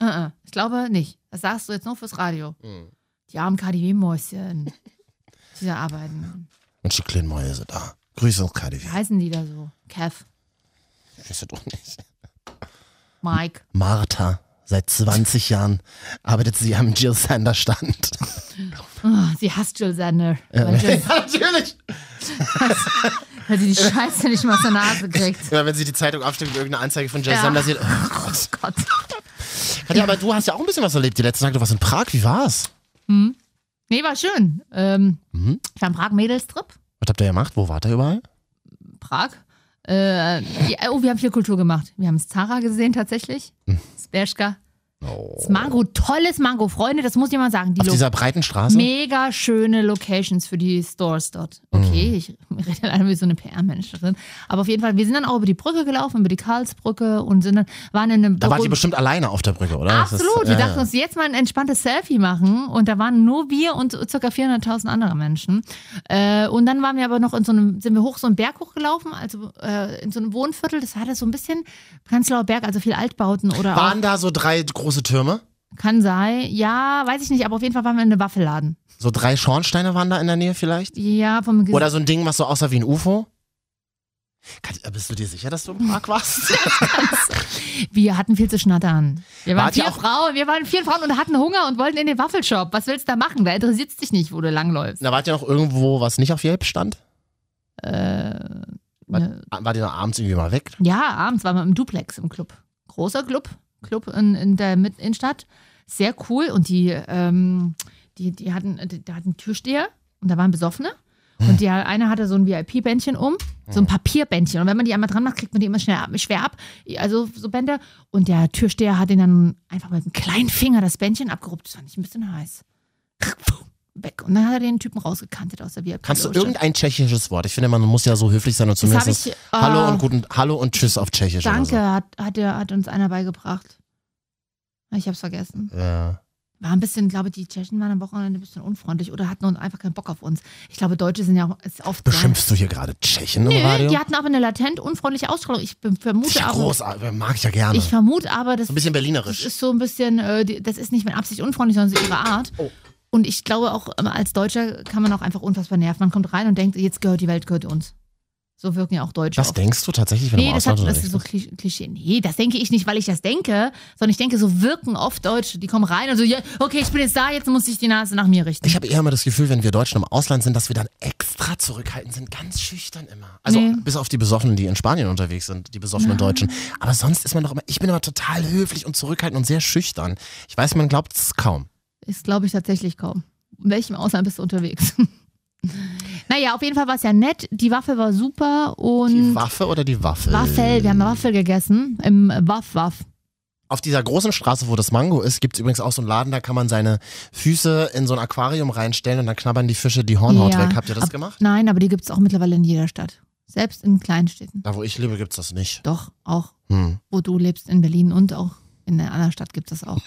S2: äh, äh, ich glaube nicht. Das sagst du jetzt nur fürs Radio.
S1: Mhm.
S2: Die armen KDW-Mäuschen, [laughs] die da arbeiten.
S1: Mensch, die kleinen Mäuse da. Grüße ins KDW.
S2: Wie heißen die da so? Kev,
S1: Ich weiß doch nicht.
S2: Mike.
S1: Martha. Seit 20 Jahren arbeitet sie am Jill Sander Stand.
S2: Ah, sie hasst
S1: [laughs]
S2: Jill Sander, weil, Jill,
S1: natürlich.
S2: weil sie die Scheiße nicht mal aus der Nase kriegt.
S1: Ja, wenn sie die Zeitung aufstellt mit irgendeiner Anzeige von Jill
S2: Ja.
S1: Sander sieht. Oh [laughs] Gott.
S2: Gott.
S1: Katja, aber du hast ja auch ein bisschen was erlebt die letzten Tage. Du warst in Prag. Wie war's?
S2: Nee, war schön. Ähm,
S1: Mhm.
S2: Ich war im Prag-Mädels-Trip.
S1: Was habt ihr gemacht? Wo wart ihr überall?
S2: Prag. Äh, ja, oh, wir haben viel Kultur gemacht. Wir haben Zara gesehen tatsächlich.
S1: Hm.
S2: Sperschka.
S1: Oh.
S2: Das Mango, tolles Mango, Freunde, das muss ich mal sagen. Die
S1: Auf
S2: Lo-
S1: dieser breiten Straße?
S2: mega schöne Locations für die Stores dort.
S1: Hm.
S2: Okay, ich rede leider wie so eine PR-Managerin. Aber auf jeden Fall, wir sind dann auch über die Brücke gelaufen, über die Karlsbrücke und sind dann, waren in einem
S1: Da wart
S2: Büro-
S1: ihr bestimmt alleine auf der Brücke, oder? Das ist- äh,
S2: Absolut,
S1: ja,
S2: wir dachten
S1: ja.
S2: uns jetzt mal ein entspanntes Selfie machen und da waren nur wir und ca. 400.000 andere Menschen. Äh, und dann waren wir aber noch in so einem, sind wir hoch so einen Berg hochgelaufen, also äh, in so einem Wohnviertel, das hatte so ein bisschen Prenzlauer Berg, also viel Altbauten oder auch
S1: Waren da so drei große Türme?
S2: kann sein. Ja, weiß ich nicht, aber auf jeden Fall waren wir in einem Waffelladen.
S1: So drei Schornsteine waren da in der Nähe vielleicht?
S2: Ja, vom Ges
S1: Oder so ein Ding, was so aussah wie ein UFO? Kat- äh, Bist du dir sicher, dass du im Park warst?
S2: Wir hatten viel zu schnattern. Wir waren
S1: Wart ihr
S2: vier
S1: auch-
S2: Frauen, wir waren vier Frauen und hatten Hunger und wollten in den Waffelshop. Was willst du da machen? Da interessiert es dich nicht, wo du langläufst.
S1: Na, wart ihr noch irgendwo, was nicht auf Yelp stand? Wart,
S2: Äh, Ne.
S1: wart ihr noch abends irgendwie mal weg?
S2: Ja, abends waren wir im Duplex im Club. Großer Club, Club in, in der Mit Innenstadt. Sehr cool. Und die, ähm, die, die hatten, die, da hatten Türsteher und da waren Besoffene. Und die, eine hatte so ein VIP-Bändchen um, so ein Papierbändchen. Und wenn man die einmal dran macht, kriegt man die immer schnell ab, schwer ab. Also so Bänder. Und der Türsteher hat ihn dann einfach mit einem kleinen Finger das Bändchen abgeruppt. Das fand ich ein bisschen heiß. Weg. Und dann hat er den Typen rausgekantet aus der VIP.
S1: Kannst du irgendein tschechisches Wort? Ich finde, man muss ja so höflich sein und
S2: Das
S1: zumindest
S2: habe ich. äh,
S1: Hallo und guten Hallo und Tschüss auf Tschechisch.
S2: Danke,
S1: Oder
S2: hat, hat, der, hat uns einer beigebracht. Ich hab's vergessen.
S1: so. ja.
S2: War ein bisschen, glaube ich, die Tschechen waren am Wochenende ein bisschen unfreundlich oder hatten uns einfach keinen Bock auf uns. Ich glaube, Deutsche sind ja auch ist oft.
S1: Beschimpfst du hier gerade Tschechen
S2: Nö,
S1: im Radio?
S2: die hatten aber eine latent unfreundliche Ausstrahlung. Ich be-
S1: ist
S2: vermute
S1: ja
S2: aber.
S1: großartig, mag ich ja gerne.
S2: Ich vermute aber, dass
S1: so ein bisschen
S2: das
S1: berlinerisch.
S2: ist so ein bisschen, äh, die- das ist nicht mit Absicht unfreundlich, sondern so ihre Art.
S1: Oh.
S2: Und ich glaube auch, ähm, als Deutscher kann man auch einfach unfassbar nerven. Man kommt rein und denkt, jetzt gehört die Welt, gehört uns. So wirken ja auch Deutsche.
S1: Das
S2: oft.
S1: denkst du tatsächlich, wenn du
S2: Nee,
S1: im
S2: das, hat,
S1: Ausland
S2: das
S1: unterwegs
S2: ist so Klisch- Klischee. Nee, das denke ich nicht, weil ich das denke, sondern ich denke, so wirken oft Deutsche. Die kommen rein und so, ja, okay, ich bin jetzt da, jetzt muss ich die Nase nach mir richten.
S1: Ich habe eher immer das Gefühl, wenn wir Deutschen im Ausland sind, dass wir dann extra zurückhaltend sind, ganz schüchtern immer. Also
S2: Nee.
S1: bis auf die Besoffenen, die in Spanien unterwegs sind, die besoffenen Deutschen. Aber sonst ist man doch immer, ich bin immer total höflich und zurückhaltend und sehr schüchtern. Ich weiß, man glaubt es kaum.
S2: Ist, glaube ich, tatsächlich kaum. In welchem Ausland bist du unterwegs? [laughs] naja, auf jeden Fall war es ja nett. Die Waffe war super
S1: Die
S2: und
S1: Waffe oder die Waffel?
S2: Waffel, wir haben Waffel gegessen im Waff-Waff.
S1: Auf dieser großen Straße, wo das Mango ist, gibt es übrigens auch so einen Laden, da kann man seine Füße in so ein Aquarium reinstellen und dann knabbern die Fische die Hornhaut
S2: Ja.
S1: weg. Habt ihr das
S2: Ab-
S1: gemacht?
S2: Nein, aber die gibt es auch mittlerweile in jeder Stadt. Selbst in kleinen Städten.
S1: Da, wo ich lebe, gibt's das nicht.
S2: Doch, auch
S1: Hm.
S2: wo du lebst, in Berlin und auch in einer anderen Stadt gibt es das auch.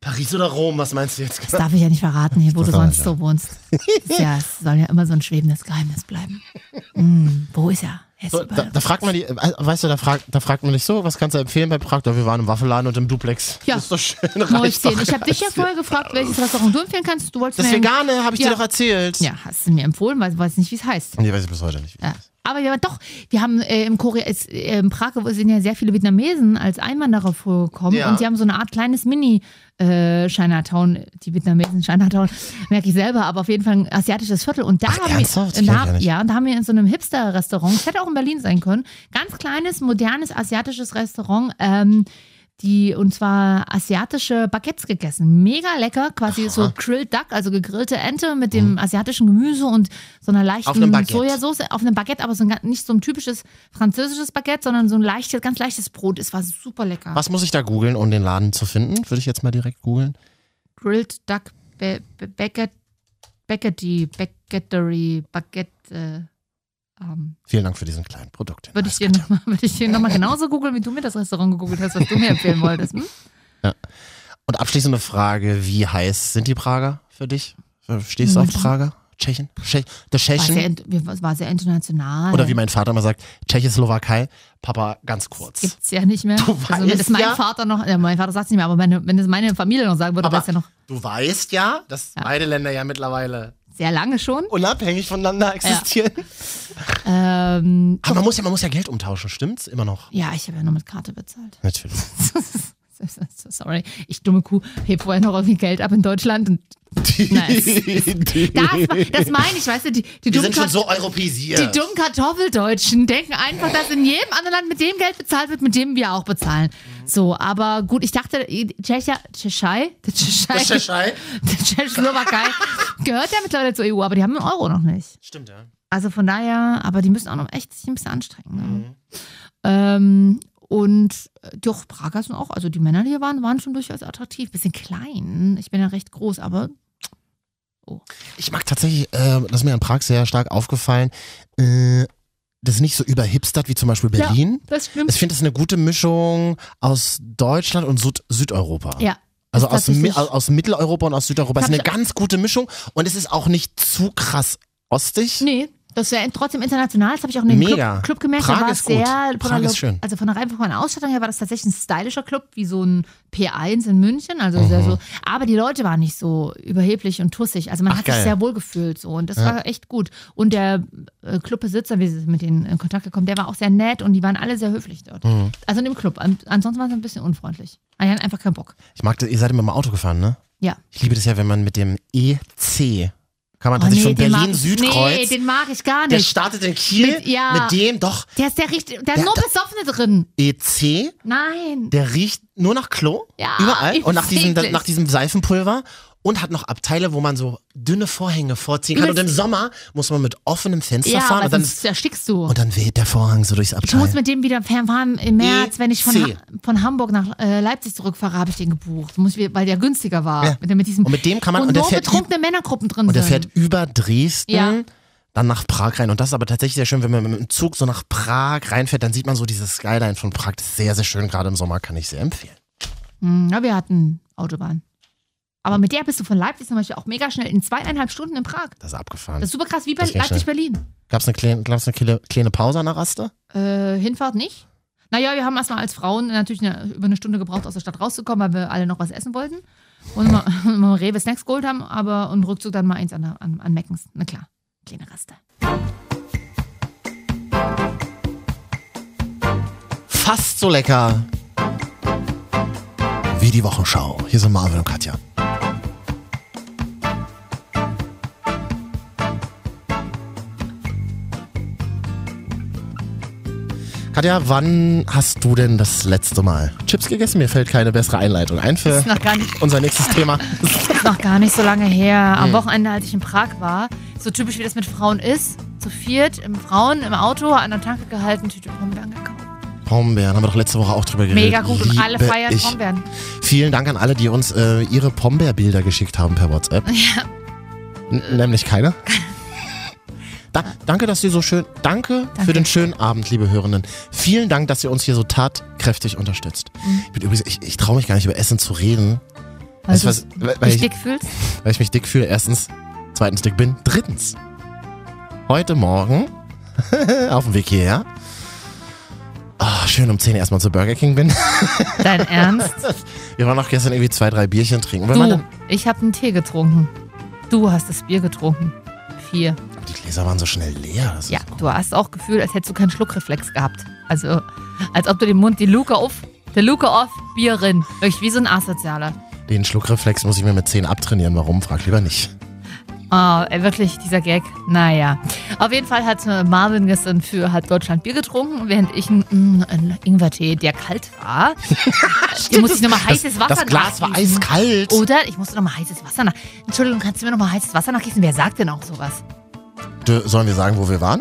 S1: Paris oder Rom, was meinst du jetzt?
S2: Das darf ich ja nicht verraten, hier, wo
S1: Das
S2: du
S1: darf ich
S2: sonst so wohnst. Ist Ja, es soll ja immer so ein schwebendes Geheimnis bleiben. Hm, wo ist er? Er ist
S1: So, da,
S2: überall.
S1: da fragt man die, äh, weißt du, da fragt, da fragt man dich so, was kannst du empfehlen bei Prag? Ja, Wir waren im Waffelladen und im Duplex.
S2: Ja.
S1: Das ist doch schön. reicht
S2: Mäuschen.
S1: doch.
S2: Ich habe
S1: [laughs]
S2: dich ja vorher gefragt, welches Restaurant du empfehlen kannst. Du wolltest
S1: Das
S2: mir
S1: Vegane habe ich
S2: Ja.
S1: dir doch erzählt.
S2: Ja, hast du mir empfohlen, weil ich weiß nicht, wie es heißt.
S1: Nee, weiß ich bis heute nicht. wie
S2: Ja.
S1: das ist.
S2: Aber ja, doch, wir haben äh, im Korea, ist, äh, in Prag sind ja sehr viele Vietnamesen als Einwanderer vorgekommen
S1: Ja.
S2: und die haben so eine Art kleines Mini-Chinatown, die Vietnamesen Chinatown, [laughs] merke ich selber, aber auf jeden Fall ein asiatisches Viertel. Und da
S1: Ach,
S2: haben
S1: ernsthaft? Das
S2: wir, und
S1: kenn
S2: da,
S1: ich ja nicht.
S2: ja, und da haben wir in so einem Hipster-Restaurant, das hätte auch in Berlin sein können, ganz kleines, modernes asiatisches Restaurant, ähm, die und zwar asiatische Baguettes gegessen. Mega lecker, quasi so Grilled Duck, also gegrillte Ente mit dem asiatischen Gemüse und so einer leichten
S1: Mhm. Auf einem Baguette.
S2: Sojasauce. Auf einem Baguette, aber so ein, ganz- nicht so ein typisches französisches Baguette, sondern so ein leichtes, ganz leichtes Brot. Es war super lecker.
S1: Was muss ich da googeln, um den Laden zu finden? Würde ich jetzt mal direkt googeln.
S2: Grilled Duck Ba- Ba- Baguette, Baguette, Baguettery, Baguette. Äh, ähm,
S1: Vielen Dank für diesen kleinen Produkt.
S2: würde ich dir nochmal würd ich dir noch mal [laughs] genauso googeln, wie du mir das Restaurant gegoogelt hast, was du mir
S1: [laughs]
S2: empfehlen wolltest. Hm?
S1: Und abschließende Frage: Wie heiß sind die Prager für dich? Stehst du auf
S2: München.
S1: Prager? Tschechen? Tschech der
S2: War sehr,
S1: Tschechen?
S2: int- wir- es war sehr international.
S1: Oder wie mein Vater immer sagt, Tschechoslowakei. Papa, ganz kurz.
S2: Gibt's ja nicht mehr.
S1: Du
S2: also, wenn
S1: weißt
S2: es mein
S1: ja-
S2: Vater noch, ja, mein Vater sagt nicht mehr, aber meine, wenn es meine Familie noch sagen würde,
S1: Aber
S2: wäre es ja noch
S1: du weißt ja, dass beide Länder ja mittlerweile
S2: sehr lange schon.
S1: unabhängig voneinander existieren.
S2: Ähm,
S1: Aber man muss, ja, man muss ja Geld umtauschen, stimmt's? Immer noch.
S2: ja, ich habe ja nur mit Karte bezahlt.
S1: Natürlich.
S2: [laughs] Sorry, ich dumme Kuh, heb vorher noch irgendwie Geld ab in Deutschland und
S1: [laughs]
S2: nice.
S1: Wir
S2: Das, das meine ich, weißt du, die, die, dummen,
S1: sind schon
S2: Kat
S1: so
S2: die
S1: europäisiert.
S2: dummen Kartoffeldeutschen denken einfach, dass in jedem anderen Land mit dem Geld bezahlt wird, mit dem wir auch bezahlen. So, aber gut, ich dachte, Tschechia, Tschechei, [laughs] der
S1: Das ist der
S2: Tschechei,
S1: Schei.
S2: der
S1: [laughs]
S2: Tschechoslowakei gehört ja mittlerweile zur EU, aber die haben den Euro noch nicht.
S1: Stimmt, ja.
S2: Also von daher, aber die müssen auch noch echt sich ein bisschen anstrengen. Ne? Ähm, und äh, doch, Prager sind auch, also die Männer, die hier waren, waren schon durchaus attraktiv. Bisschen klein. Ich bin ja recht groß, aber
S1: Ich mag tatsächlich, äh, das ist mir in Prag sehr stark aufgefallen, äh, das ist nicht so überhipstert wie zum Beispiel
S2: Ja. Mhm.
S1: Berlin.
S2: das stimmt.
S1: Ich finde, das ist eine gute Mischung aus Deutschland und Süd Südeuropa.
S2: Ja.
S1: Also
S2: ist
S1: aus, Mi
S2: tatsächlich-
S1: aus- aus Mitteleuropa und aus Südeuropa. Es ist
S2: Hab
S1: eine ganz gute Mischung und es ist auch nicht zu krass ostig.
S2: Nee, Das wäre trotzdem international. Das habe ich auch in dem
S1: Mega.
S2: Club, Club gemerkt.
S1: Prag
S2: da war
S1: ist
S2: es
S1: gut.
S2: sehr
S1: Prag
S2: von der Lo-
S1: ist schön.
S2: Also von der rein von der Ausstattung her war das tatsächlich ein stylischer Club, wie so ein P1 in München. Also
S1: Mhm.
S2: sehr so. Aber die Leute waren nicht so überheblich und tussig. Also man
S1: Ach,
S2: hat
S1: geil.
S2: sich sehr wohl gefühlt so. Und das war echt gut. Und der äh, Clubbesitzer, wie sie mit denen in Kontakt gekommen, der war auch sehr nett und die waren alle sehr höflich dort.
S1: Mhm.
S2: Also in dem Club. An, ansonsten war es ein bisschen unfreundlich. Ah, Die hatten einfach keinen Bock.
S1: Ich mag das, ihr seid immer mal Auto gefahren, ne?
S2: Ja.
S1: Ich liebe das ja, wenn man mit dem EC, kann man
S2: Oh,
S1: tatsächlich von
S2: nee, den mag ich-
S1: Berlin-Südkreuz,
S2: Nee, den mag ich gar
S1: der
S2: nicht.
S1: startet in Kiel,
S2: Mit- ja.
S1: mit dem, doch,
S2: Der, ist der richtig. Der
S1: Der-
S2: ist nur besoffene drin.
S1: EC,
S2: Nein.
S1: der riecht nur nach Klo,
S2: Ja,
S1: überall
S2: [laughs] ich
S1: und nach diesem,
S2: find's
S1: nach diesem Seifenpulver und hat noch Abteile, wo man so dünne Vorhänge vorziehen kann und im
S2: Übelst- Sommer
S1: Sommer muss man mit offenem Fenster
S2: Ja,
S1: fahren
S2: aber
S1: und dann,
S2: sonst erstickst du.
S1: und dann E, weht der Vorhang so durchs
S2: ich muss
S1: Abteil.
S2: mit dem wieder fernfahren im März, wenn ich von,
S1: EC.
S2: ha von Hamburg nach äh, Leipzig zurückfahre, habe ich den gebucht. Muss ich, weil der günstiger war.
S1: Ja.
S2: Mit, dem- mit diesem
S1: Und mit dem kann man-
S2: und,
S1: und der
S2: nur
S1: fährt-
S2: betrunkene Männergruppen drin
S1: Und der
S2: sind.
S1: fährt über Dresden.
S2: Ja.
S1: Dann nach Prag rein. Und das ist aber tatsächlich sehr schön, wenn man mit dem Zug so nach Prag reinfährt, dann sieht man so dieses Skyline von Prag. Das ist sehr, sehr schön. Gerade im Sommer kann ich sehr empfehlen.
S2: Hm, ja, wir hatten Autobahn. Aber mit der bist du von Leipzig zum Beispiel auch mega schnell in zweieinhalb Stunden in Prag.
S1: Das ist abgefahren.
S2: Das ist super krass, wie bei
S1: Das ging
S2: Leipzig-Berlin.
S1: Gab's eine kleine, gab's eine kleine, kleine Pause an der Raste?
S2: Äh, Hinfahrt nicht. Naja, wir haben erstmal als Frauen natürlich eine, über eine Stunde gebraucht, aus der Stadt rauszukommen, weil wir alle noch was essen wollten. Und [laughs] mal, mal Rewe Snacks geholt haben, aber und Rückzug dann mal eins an, der- an, an Meckens. Na klar, kleine Raste.
S1: Fast so lecker wie die Wochenschau. Hier sind Marvin und Katja. Katja, wann hast du denn das letzte Mal Chips gegessen? Mir fällt keine bessere Einleitung ein für
S2: Ist noch gar nicht,
S1: unser nächstes Thema.
S2: ist noch gar nicht so lange her. Am Wochenende, als ich in Prag war, so typisch wie das mit Frauen ist, zu viert, im Frauen, im Auto, an der Tanke gehalten, Tüte Pombeeren gekauft.
S1: Brombeeren, haben wir doch letzte Woche auch drüber geredet.
S2: Mega gut und alle
S1: Liebe
S2: feiern
S1: ich.
S2: Pombeeren.
S1: Vielen Dank an alle, die uns äh, ihre Pombeerbilder geschickt haben per WhatsApp.
S2: [laughs] Ja.
S1: N nämlich
S2: [laughs]
S1: keiner. Da, danke, dass ihr so schön. Danke, für den schönen Abend, liebe Hörenden. Vielen Dank, dass ihr uns hier so tatkräftig unterstützt.
S2: Mhm.
S1: Ich, bin übrigens, ich, ich traue mich gar nicht über Essen zu reden,
S2: Weil
S1: Weißt
S2: du
S1: du
S2: was,
S1: was- weil- weil
S2: dich
S1: ich-
S2: dick fühlst.
S1: weil ich mich dick fühle. Erstens, zweitens dick bin. Drittens, heute Morgen [laughs] auf dem Weg hierher. ah, schön um 10 Uhr erstmal zu Burger King bin. [laughs]
S2: Dein Ernst?
S1: Wir waren auch gestern irgendwie zwei, drei Bierchen trinken. Wenn man
S2: Du,
S1: dann,
S2: ich habe einen Tee getrunken. Du hast das Bier getrunken. Vier.
S1: die Gläser waren so schnell leer. Das
S2: Ja,
S1: ist
S2: du hast auch Gefühl, als hättest du keinen Schluckreflex gehabt. Also, als ob du den Mund, die Luke auf, der Luke auf, Bierin. Wirklich wie so ein Asozialer.
S1: Den Schluckreflex muss ich mir mit 10 abtrainieren. Warum? Frag lieber nicht.
S2: Ah, ey, wirklich, dieser Gag. Naja. Auf jeden Fall hat äh, Marvin gestern für hat Deutschland Bier getrunken, während ich einen, mm, einen Ingwertee, der kalt
S1: [laughs]
S2: war. Den musste ich nochmal heißes Wasser
S1: Das Glas war
S2: nachgießen.
S1: eiskalt.
S2: Oder ich musste nochmal heißes Wasser nach. Entschuldigung, kannst du mir nochmal heißes Wasser nachgießen? Wer sagt denn auch sowas?
S1: D- Sollen wir sagen, wo wir waren?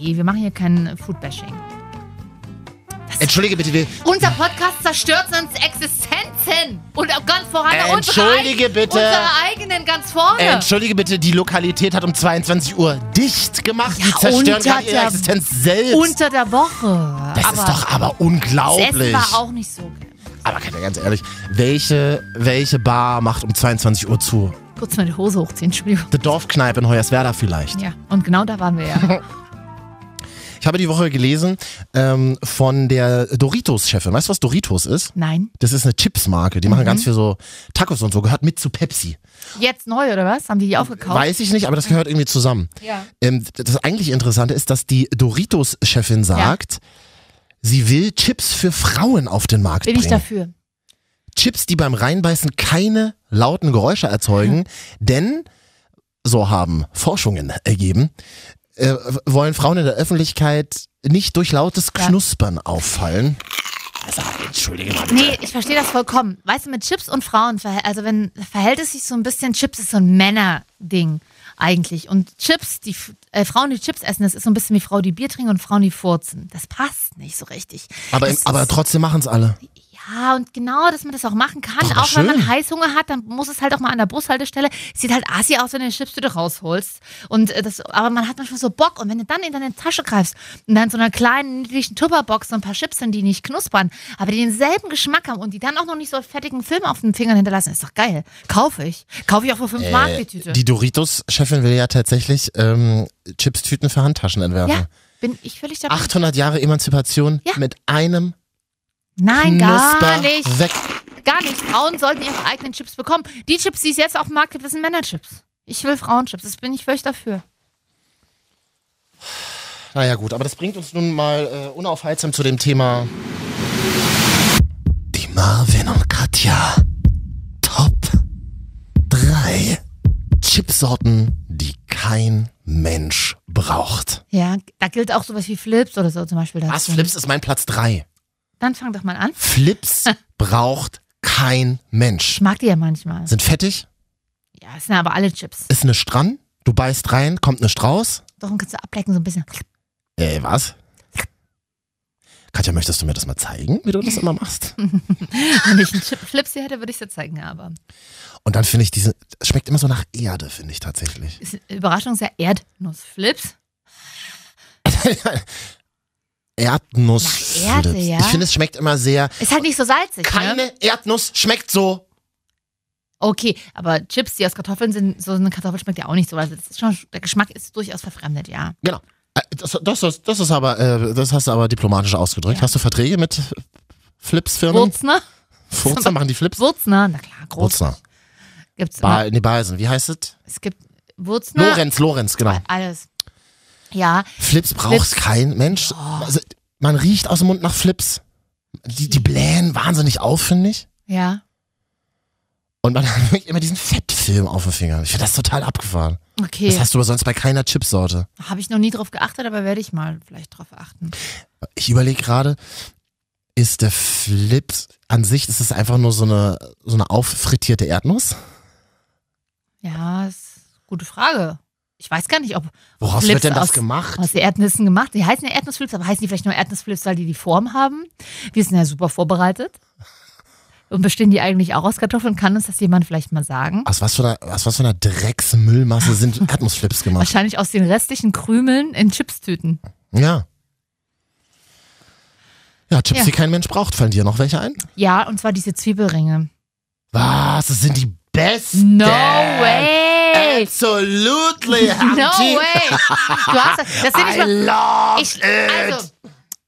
S2: Nee, wir machen hier kein Foodbashing.
S1: Entschuldige bitte, wir.
S2: Unser Podcast zerstört uns Existenzen. Und auch ganz voran
S1: Entschuldige
S2: unsere, eig-
S1: bitte.
S2: unsere eigenen ganz vorne.
S1: äh, Entschuldige bitte, die Lokalität hat um 22 Uhr dicht gemacht.
S2: Ja,
S1: die zerstören
S2: unter
S1: gerade ihre
S2: der-
S1: Existenz selbst.
S2: Unter der Woche.
S1: das
S2: aber
S1: ist doch aber
S2: das Essen
S1: unglaublich.
S2: war auch nicht so.
S1: aber Katja, ganz ehrlich, welche, welche Bar macht um 22 Uhr zu?
S2: Kurz mal die Hose hochziehen, Entschuldigung.
S1: The Dorfkneipe in Hoyerswerda vielleicht.
S2: Ja, und genau da waren wir
S1: [laughs]
S2: ja.
S1: Ich habe die Woche gelesen ähm, von der Doritos-Chefin. Weißt du, was Doritos ist?
S2: Nein.
S1: Das ist eine Chips-Marke. Die machen
S2: Mhm.
S1: ganz viel so Tacos und so. Gehört mit zu Pepsi.
S2: Jetzt neu, oder was? Haben die die aufgekauft?
S1: Weiß ich nicht, aber das gehört irgendwie zusammen.
S2: Ja.
S1: Ähm, das eigentlich Interessante ist, dass die Doritos-Chefin sagt, sie will Chips für Frauen auf den Markt
S2: Bin
S1: bringen.
S2: ich dafür.
S1: Chips, die beim Reinbeißen keine lauten Geräusche
S2: Hm.
S1: erzeugen, denn, so haben Forschungen ergeben, äh, wollen Frauen in der Öffentlichkeit nicht durch lautes
S2: Ja.
S1: Knuspern auffallen. Also, entschuldige mal.
S2: Nee, ich verstehe das vollkommen. Weißt du, mit Chips und Frauen, verhält- also wenn verhält es sich so ein bisschen, Chips ist so ein Männerding eigentlich. Und Chips, die F- äh, Frauen, die Chips essen, das ist so ein bisschen wie Frauen, die Bier trinken und Frauen, die furzen. Das passt nicht so richtig.
S1: Aber,
S2: das
S1: aber
S2: ist,
S1: trotzdem machen es alle.
S2: ja, Ja, und genau, dass man das auch machen kann.
S1: Doch,
S2: auch wenn man
S1: schön.
S2: Heißhunger hat, dann muss es halt auch mal an der Bushaltestelle. Sieht halt assi aus, wenn du die Chipstüte rausholst. Und äh, das, aber man hat manchmal so Bock. Und wenn du dann in deine Tasche greifst und dann in so einer kleinen, niedlichen Tupperbox so ein paar Chips sind, die nicht knuspern, aber die denselben Geschmack haben und die dann auch noch nicht so einen fettigen Film auf den Fingern hinterlassen, ist doch geil. Kaufe ich. Kaufe ich auch für 5 Mark die Tüte.
S1: Äh, Die Doritos-Chefin will ja tatsächlich ähm, Chips-Tüten für Handtaschen entwerfen.
S2: ja, bin ich völlig dabei.
S1: 800 Jahre Emanzipation
S2: Ja.
S1: mit einem
S2: Nein, gar
S1: Knusper
S2: nicht.
S1: weg.
S2: Gar nicht. Frauen sollten ihre eigenen Chips bekommen. Die Chips, die es jetzt auf dem Markt gibt, das sind Männerchips. Ich will Frauenchips. Das bin ich völlig dafür.
S1: Naja gut, aber das bringt uns nun mal äh, unaufhaltsam zu dem Thema. Die Marvin und Katja. Top 3 Chipsorten, die kein Mensch braucht.
S2: Ja, da gilt auch sowas wie Flips oder so zum Beispiel. dazu.
S1: Was? Flips ist mein Platz 3.
S2: Dann fang doch mal an. [laughs]
S1: Flips braucht kein Mensch.
S2: Ich mag die ja manchmal.
S1: Sind fettig,
S2: Ja, es sind aber alle Chips.
S1: ist nicht dran, du beißt rein, kommt nicht raus.
S2: Darum kannst du ablecken so ein bisschen.
S1: Äh, was? Katja, möchtest du mir das mal zeigen, wie du das immer
S2: [laughs]
S1: machst?
S2: [laughs] Wenn ich einen Chip Flips hier hätte, würde ich es dir zeigen, aber
S1: Und dann finde ich diese, es schmeckt immer so nach Erde, finde ich tatsächlich. [laughs]
S2: ist Überraschung ist ja Erdnussflips.
S1: Erdnuss.
S2: Nach Erde, ja?
S1: Ich finde, es schmeckt immer sehr.
S2: Ist halt nicht so salzig, ne?
S1: Keine Erdnuss schmeckt so.
S2: Okay, aber Chips, die aus Kartoffeln sind, so eine Kartoffel schmeckt ja auch nicht so. Also das ist schon, der Geschmack ist durchaus verfremdet, ja.
S1: Genau. Äh, Das, das, das, das ist aber, äh, das hast du aber diplomatisch ausgedrückt.
S2: Ja.
S1: Hast du Verträge mit Flips-Firmen?
S2: Wurzner?
S1: Furzer machen die Flips?
S2: Wurzner, na klar, groß.
S1: Wurzner.
S2: Gibt's immer,
S1: Ba nee, Balsen. Wie heißt es?
S2: es gibt Wurzner.
S1: Lorenz, Lorenz, genau.
S2: Alles. Ja,
S1: Flips braucht kein Mensch. Also, man riecht aus dem Mund nach Flips. Die, die blähen wahnsinnig auf, finde ich.
S2: ja.
S1: Und man [laughs] hat wirklich immer diesen Fettfilm auf den Fingern. Ich finde das total abgefahren. Das
S2: Okay.
S1: hast du aber sonst bei keiner Chipsorte.
S2: Habe ich noch nie drauf geachtet, aber werde ich mal vielleicht drauf achten.
S1: Ich überlege gerade, ist der Flips an sich, ist es einfach nur so eine, so eine auffrittierte Erdnuss?
S2: Ja, ist eine gute Frage. Ich weiß gar nicht, ob
S1: Woraus
S2: Flips
S1: wird denn das
S2: aus-
S1: gemacht?
S2: aus den Erdnüssen gemacht. Die heißen ja Erdnussflips, aber heißen die vielleicht nur Erdnussflips, weil die die Form haben? Wir sind ja super vorbereitet. Und bestehen die eigentlich auch aus Kartoffeln? Kann uns das jemand vielleicht mal sagen?
S1: Aus was, für einer, aus was für einer Drecksmüllmasse
S2: [laughs]
S1: sind Erdnussflips gemacht?
S2: Wahrscheinlich aus den restlichen Krümeln in Chipstüten.
S1: Ja. Ja, Chips,
S2: Ja.
S1: die kein Mensch braucht. Fallen dir noch welche ein?
S2: Ja, und zwar diese Zwiebelringe.
S1: Was? Das sind die besten.
S2: No way! [laughs]
S1: Absolutely.
S2: No way! Du hast, das sind
S1: [laughs]
S2: nicht
S1: I
S2: mal,
S1: love
S2: Ich,
S1: it.
S2: also,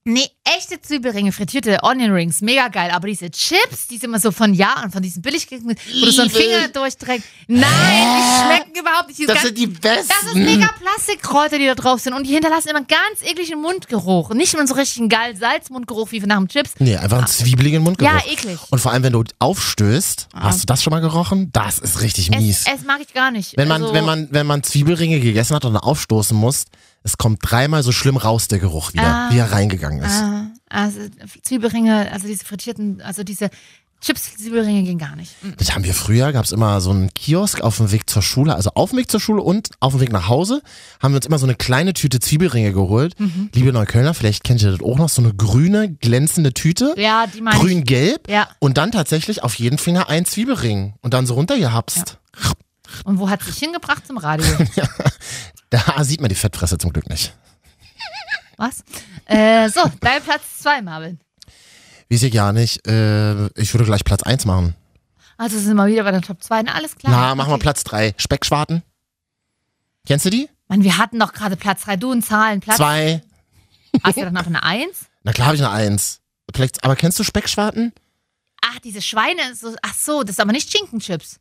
S2: nee, echte Zwiebelringe, frittierte Onion Rings, mega geil. Aber diese Chips, die sind immer so von Jahren, von diesen Billigkriegen, wo du so einen
S1: Liebe.
S2: Finger durchträgst. Nein, die schmecken überhaupt nicht. Diese
S1: Das
S2: ganz-
S1: sind die besten.
S2: das ist mega Plastikkräuter, die da drauf sind. Und die hinterlassen immer einen ganz ekligen Mundgeruch. Nicht mal so richtig einen geilen Salzmundgeruch wie nach dem Chips.
S1: Nee, einfach einen zwiebeligen Mundgeruch.
S2: Ja, eklig.
S1: Und vor allem, wenn du aufstößt, hast du das schon mal gerochen? Das ist richtig mies.
S2: Es, es mag ich gar nicht.
S1: wenn, man,
S2: also,
S1: wenn, man, wenn man Zwiebelringe gegessen hat und dann aufstoßen muss, es kommt dreimal so schlimm raus, der Geruch wieder,
S2: Ah.
S1: wie er reingegangen ist.
S2: Ah, also Zwiebelringe, also diese frittierten, also diese Chips-Zwiebelringe gehen gar nicht. Mm.
S1: Das haben wir früher, gab es immer so einen Kiosk auf dem Weg zur Schule, also auf dem Weg zur Schule und auf dem Weg nach Hause, haben wir uns immer so eine kleine Tüte Zwiebelringe geholt.
S2: Mhm.
S1: Liebe Neuköllner, vielleicht kennt ihr das auch noch, so eine grüne, glänzende Tüte.
S2: Ja, die meine ich.
S1: Grün-gelb
S2: Ja.
S1: und dann tatsächlich auf jeden Finger ein Zwiebelring und dann so runtergehapst.
S2: Und wo hat sich hingebracht
S1: [laughs]
S2: zum Radio?
S1: Da sieht man die Fettfresse zum Glück nicht.
S2: Was? Äh, so, dein Platz 2, Marvin.
S1: Weiß ich gar nicht. Äh, ich würde gleich Platz 1 machen.
S2: Also sind wir wieder bei der Top 2. Na, alles klar.
S1: Na, machen wir
S2: Okay.
S1: Platz 3. Speckschwarten. Kennst du die?
S2: Mann, wir hatten doch gerade Platz 3. Du und Zahlen. Platz.
S1: Zwei.
S2: Hast du dann noch eine 1?
S1: Na klar habe ich eine 1. Vielleicht, aber kennst du Speckschwarten?
S2: Ach, diese Schweine. So, ach so, das ist aber nicht Schinkenchips.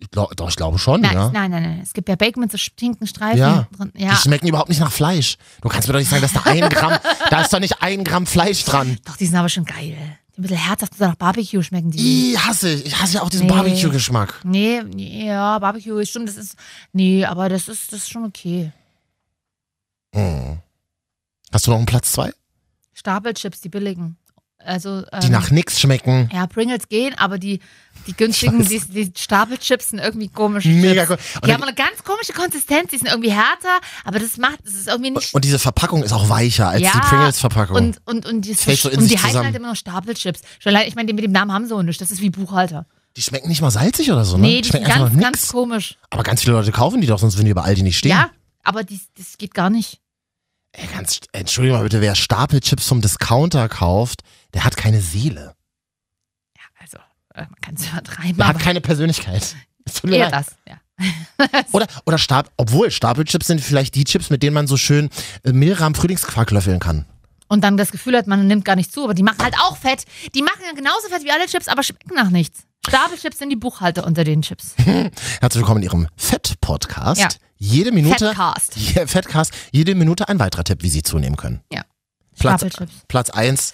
S1: Ich glaub, doch, ich glaube schon,
S2: Nein,
S1: ja.
S2: nein, nein, nein. Es gibt ja Bacon mit so Schinkenstreifen
S1: Ja.
S2: drin.
S1: Die
S2: Ja.
S1: schmecken überhaupt nicht nach Fleisch. Du kannst mir doch nicht sagen, dass da ein
S2: [laughs]
S1: Gramm, da ist doch nicht ein Gramm Fleisch dran.
S2: Doch, die sind aber schon geil. Ein bisschen herzhaft, so nach Barbecue schmecken die.
S1: Ich hasse, ich Ich hasse ja auch diesen
S2: Mhm. Nee.
S1: Barbecue-Geschmack.
S2: Nee, nee, ja, Barbecue ist schon, das ist. Nee, aber das ist, das ist schon okay.
S1: Hm. Hast du noch einen Platz 2?
S2: Stapelchips, die billigen. Also,
S1: die
S2: ähm,
S1: nach nichts schmecken.
S2: ja, Pringles gehen, aber die, die günstigen, die, die Stapelchips sind irgendwie komisch.
S1: Mega
S2: Chips.
S1: cool. Und
S2: Die
S1: dann-
S2: haben eine ganz komische Konsistenz, die sind irgendwie härter, aber das macht, das ist irgendwie nicht.
S1: Und diese Verpackung ist auch weicher als die Pringles-Verpackung.
S2: Und, und, und, die,
S1: fällt Oh. so in
S2: und die
S1: sich
S2: heißen
S1: zusammen.
S2: halt immer noch Stapelchips. Ich meine, die mit dem Namen haben sie auch nicht. Das ist wie Buchhalter.
S1: die schmecken nicht mal salzig oder so, ne?
S2: Nee, die sind
S1: schmecken einfach
S2: ganz,
S1: nach
S2: ganz
S1: nix.
S2: komisch.
S1: Aber ganz viele Leute kaufen die doch, sonst würden die bei Aldi nicht stehen.
S2: Ja, aber die, das geht gar nicht.
S1: Ey, ganz, entschuldige mal bitte, wer Stapelchips vom Discounter kauft, der hat keine Seele.
S2: Ja, also, äh, man kann es übertreiben,
S1: Der
S2: aber
S1: hat keine Persönlichkeit. [laughs] Es tut mir
S2: eher
S1: leid.
S2: das. Ja.
S1: Oder, oder Stab, obwohl Stapelchips sind vielleicht die Chips, mit denen man so schön äh, Mehlrahm Frühlingsquark löffeln kann.
S2: Und dann das Gefühl hat, man nimmt gar nicht zu, aber die machen halt auch fett. Die machen ja genauso fett wie alle Chips, aber schmecken nach nichts. Stapelchips sind die Buchhalter unter den Chips.
S1: Herzlich willkommen in Ihrem Fett-Podcast.
S2: Ja.
S1: Jede Minute.
S2: Fatcast.
S1: Ja, Fettcast. Jede Minute ein weiterer Tipp, wie Sie zunehmen können.
S2: Ja.
S1: Platz,
S2: Stapelchips.
S1: Platz 1.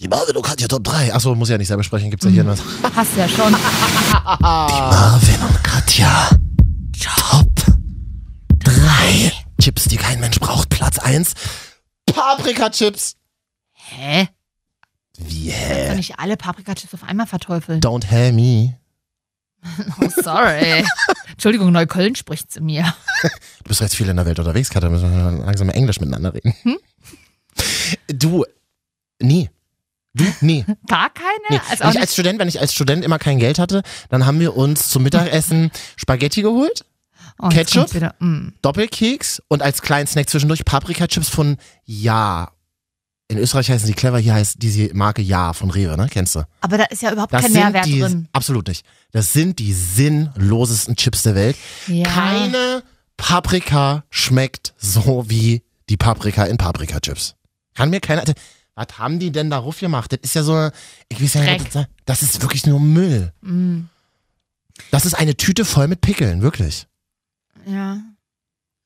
S1: Die Marvin und Katja Top 3. Achso, muss ich ja nicht selber sprechen, gibt's ja
S2: Mhm.
S1: hier was.
S2: Hast du ja schon. Ah.
S1: Marvin und Katja Top 3. Chips, die kein Mensch braucht. Platz 1. Paprika-Chips.
S2: Hä?
S1: Wie
S2: Kannst
S1: hä?
S2: doch nicht alle Paprikachips auf einmal verteufeln.
S1: Don't hell me.
S2: Oh,
S1: [laughs]
S2: sorry. Entschuldigung, Neukölln spricht zu mir.
S1: Du bist jetzt viel in der Welt unterwegs, Katja. Müssen wir langsam mal Englisch miteinander reden.
S2: Hm?
S1: Du, nie. Du,
S2: [laughs]
S1: nie.
S2: Gar keine?
S1: Nee, wenn
S2: also auch
S1: ich als
S2: nicht.
S1: Student, wenn ich als Student immer kein Geld hatte, dann haben wir uns zum
S2: [laughs]
S1: Mittagessen Spaghetti geholt,
S2: Oh, jetzt
S1: Ketchup?
S2: kommt's Wieder. Mm.
S1: Doppelkeks und als kleinen Snack zwischendurch Paprikachips von Ja. In Österreich heißen die clever, hier heißt diese Marke Ja von Rewe, ne? Kennst du?
S2: Aber da ist ja überhaupt
S1: Das
S2: kein
S1: sind
S2: Mehrwert
S1: die,
S2: drin.
S1: Absolut nicht. Das sind die sinnlosesten Chips der Welt.
S2: Ja.
S1: Keine Paprika schmeckt so wie die Paprika in Paprikachips. Kann mir keiner. also, Was haben die denn da ruf gemacht? Das ist ja so. eine- Ich weiß ja nicht,
S2: Dreck.
S1: was das- das ist wirklich nur Müll.
S2: Mm.
S1: Das ist eine Tüte voll mit Pickeln, wirklich.
S2: Ja.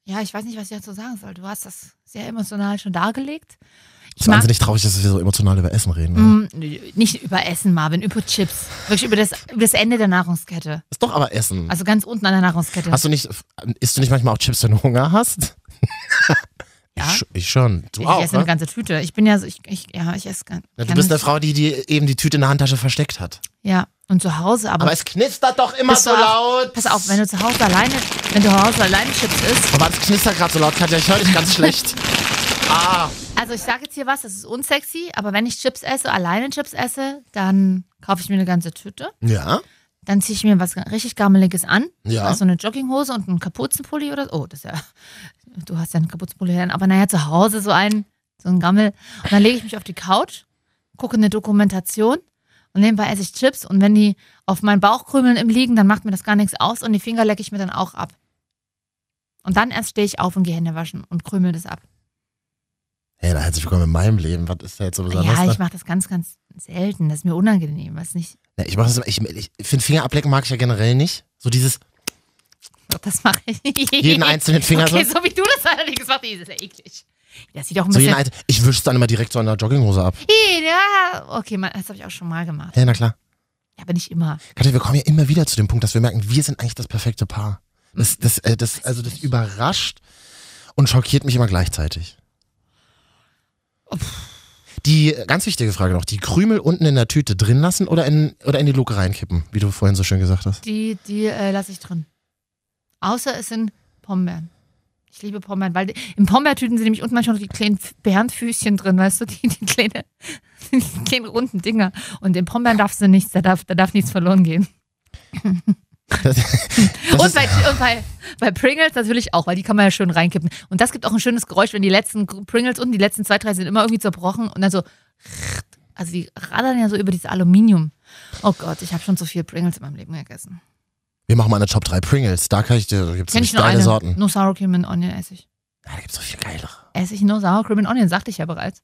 S2: Ja, ich weiß nicht, was ich dazu sagen soll. Du hast das sehr emotional schon dargelegt.
S1: Ich
S2: Ich
S1: ist
S2: mag
S1: wahnsinnig traurig, dass wir so emotional über Essen reden. ne? oder?
S2: Mm, nö, nicht über Essen, Marvin, über Chips. Wirklich über das, über das Ende der Nahrungskette.
S1: Ist doch aber Essen.
S2: Also ganz unten an der Nahrungskette.
S1: hast du nicht, isst du nicht manchmal auch Chips, wenn du Hunger hast?
S2: [laughs] Ja.
S1: Ich, sch- ich schon. Du
S2: ich
S1: auch,
S2: esse eine
S1: ne?
S2: ganze Tüte. Ich bin ja so, ich, ich, ja, ich esse ganz.
S1: Ja, du bist eine Frau, die, die eben die Tüte in der Handtasche versteckt hat.
S2: Ja, und zu Hause, aber.
S1: Aber es knistert doch immer
S2: bist
S1: so
S2: du auch-
S1: laut.
S2: Pass auf, wenn du zu Hause alleine, wenn du zu Hause alleine Chips isst.
S1: Aber es knistert gerade so laut, Katja. Ich höre dich ganz schlecht. Ah,
S2: Also ich sage jetzt hier was, das ist unsexy, aber wenn ich Chips esse, alleine Chips esse, dann kaufe ich mir eine ganze Tüte.
S1: [laughs] ja.
S2: Dann ziehe ich mir was richtig Gammeliges an.
S1: Ja.
S2: Also eine Jogginghose und einen Kapuzenpulli oder so. Oh, das ist ja. Du hast ja einen Kapuzenpulli an, aber naja, zu Hause so einen, so einen Gammel. Und dann lege ich mich auf die Couch, gucke eine Dokumentation und nebenbei esse ich Chips. Und wenn die auf meinen Bauch krümeln im Liegen, dann macht mir das gar nichts aus und die Finger lecke ich mir dann auch ab. Und dann erst stehe ich auf und gehe Hände waschen und krümel das ab.
S1: Hey, da herzlich willkommen in meinem Leben. Was ist da jetzt so besonders?
S2: ja, ich
S1: ne?
S2: mache das ganz, ganz selten. Das ist mir unangenehm, weiß nicht.
S1: Ja, ich mach das immer- ich, ich, ich finde Finger ablecken mag ich ja generell nicht. So dieses
S2: Doch, das mache ich.
S1: jeden einzelnen Finger
S2: Okay,
S1: so.
S2: so wie du das allerdings machst, das ist ja eklig. Das sieht auch ein
S1: so jeden
S2: bisschen.
S1: einzel- ich wisch's dann immer direkt so an der Jogginghose ab.
S2: Ih, ja, okay, man, das habe ich auch schon mal gemacht.
S1: Ja, na klar.
S2: Ja, aber nicht immer.
S1: Katja, wir kommen ja immer wieder zu dem Punkt, dass wir merken, wir sind eigentlich das perfekte Paar. Das, das, äh, das, also das überrascht und schockiert mich immer gleichzeitig. Die äh, ganz wichtige Frage noch, die Krümel unten in der Tüte drin lassen oder in, oder in die Luke reinkippen, wie du vorhin so schön gesagt hast.
S2: Die, die äh, lasse ich drin. Außer es sind Pombeeren. Ich liebe Pombeeren, weil die, in Pombeertüten sind nämlich unten manchmal noch die kleinen F- Bärenfüßchen drin, weißt du, die, die, kleine, [laughs] die kleinen runden Dinger. Und in Pombeeren darfst du nichts, da darf, da darf nichts verloren gehen.
S1: Das, das
S2: Und
S1: ist,
S2: bei, und bei, bei Pringles natürlich auch, weil die kann man ja schön reinkippen. Und das gibt auch ein schönes Geräusch, wenn die letzten Pringles unten, die letzten zwei, drei sind immer irgendwie zerbrochen und dann so. Also die radern ja so über dieses Aluminium. Oh Gott, ich habe schon zu viel Pringles in meinem Leben gegessen.
S1: wir machen mal eine Top 3 Pringles, da kann ich dir, da gibt's
S2: Kenn
S1: nämlich
S2: ich nur
S1: geile
S2: eine.
S1: Sorten.
S2: No Sour Cream and Onion esse ich.
S1: Ja, da gibt's so viel geilere.
S2: Esse ich No Sour Cream and Onion, sagte ich ja bereits.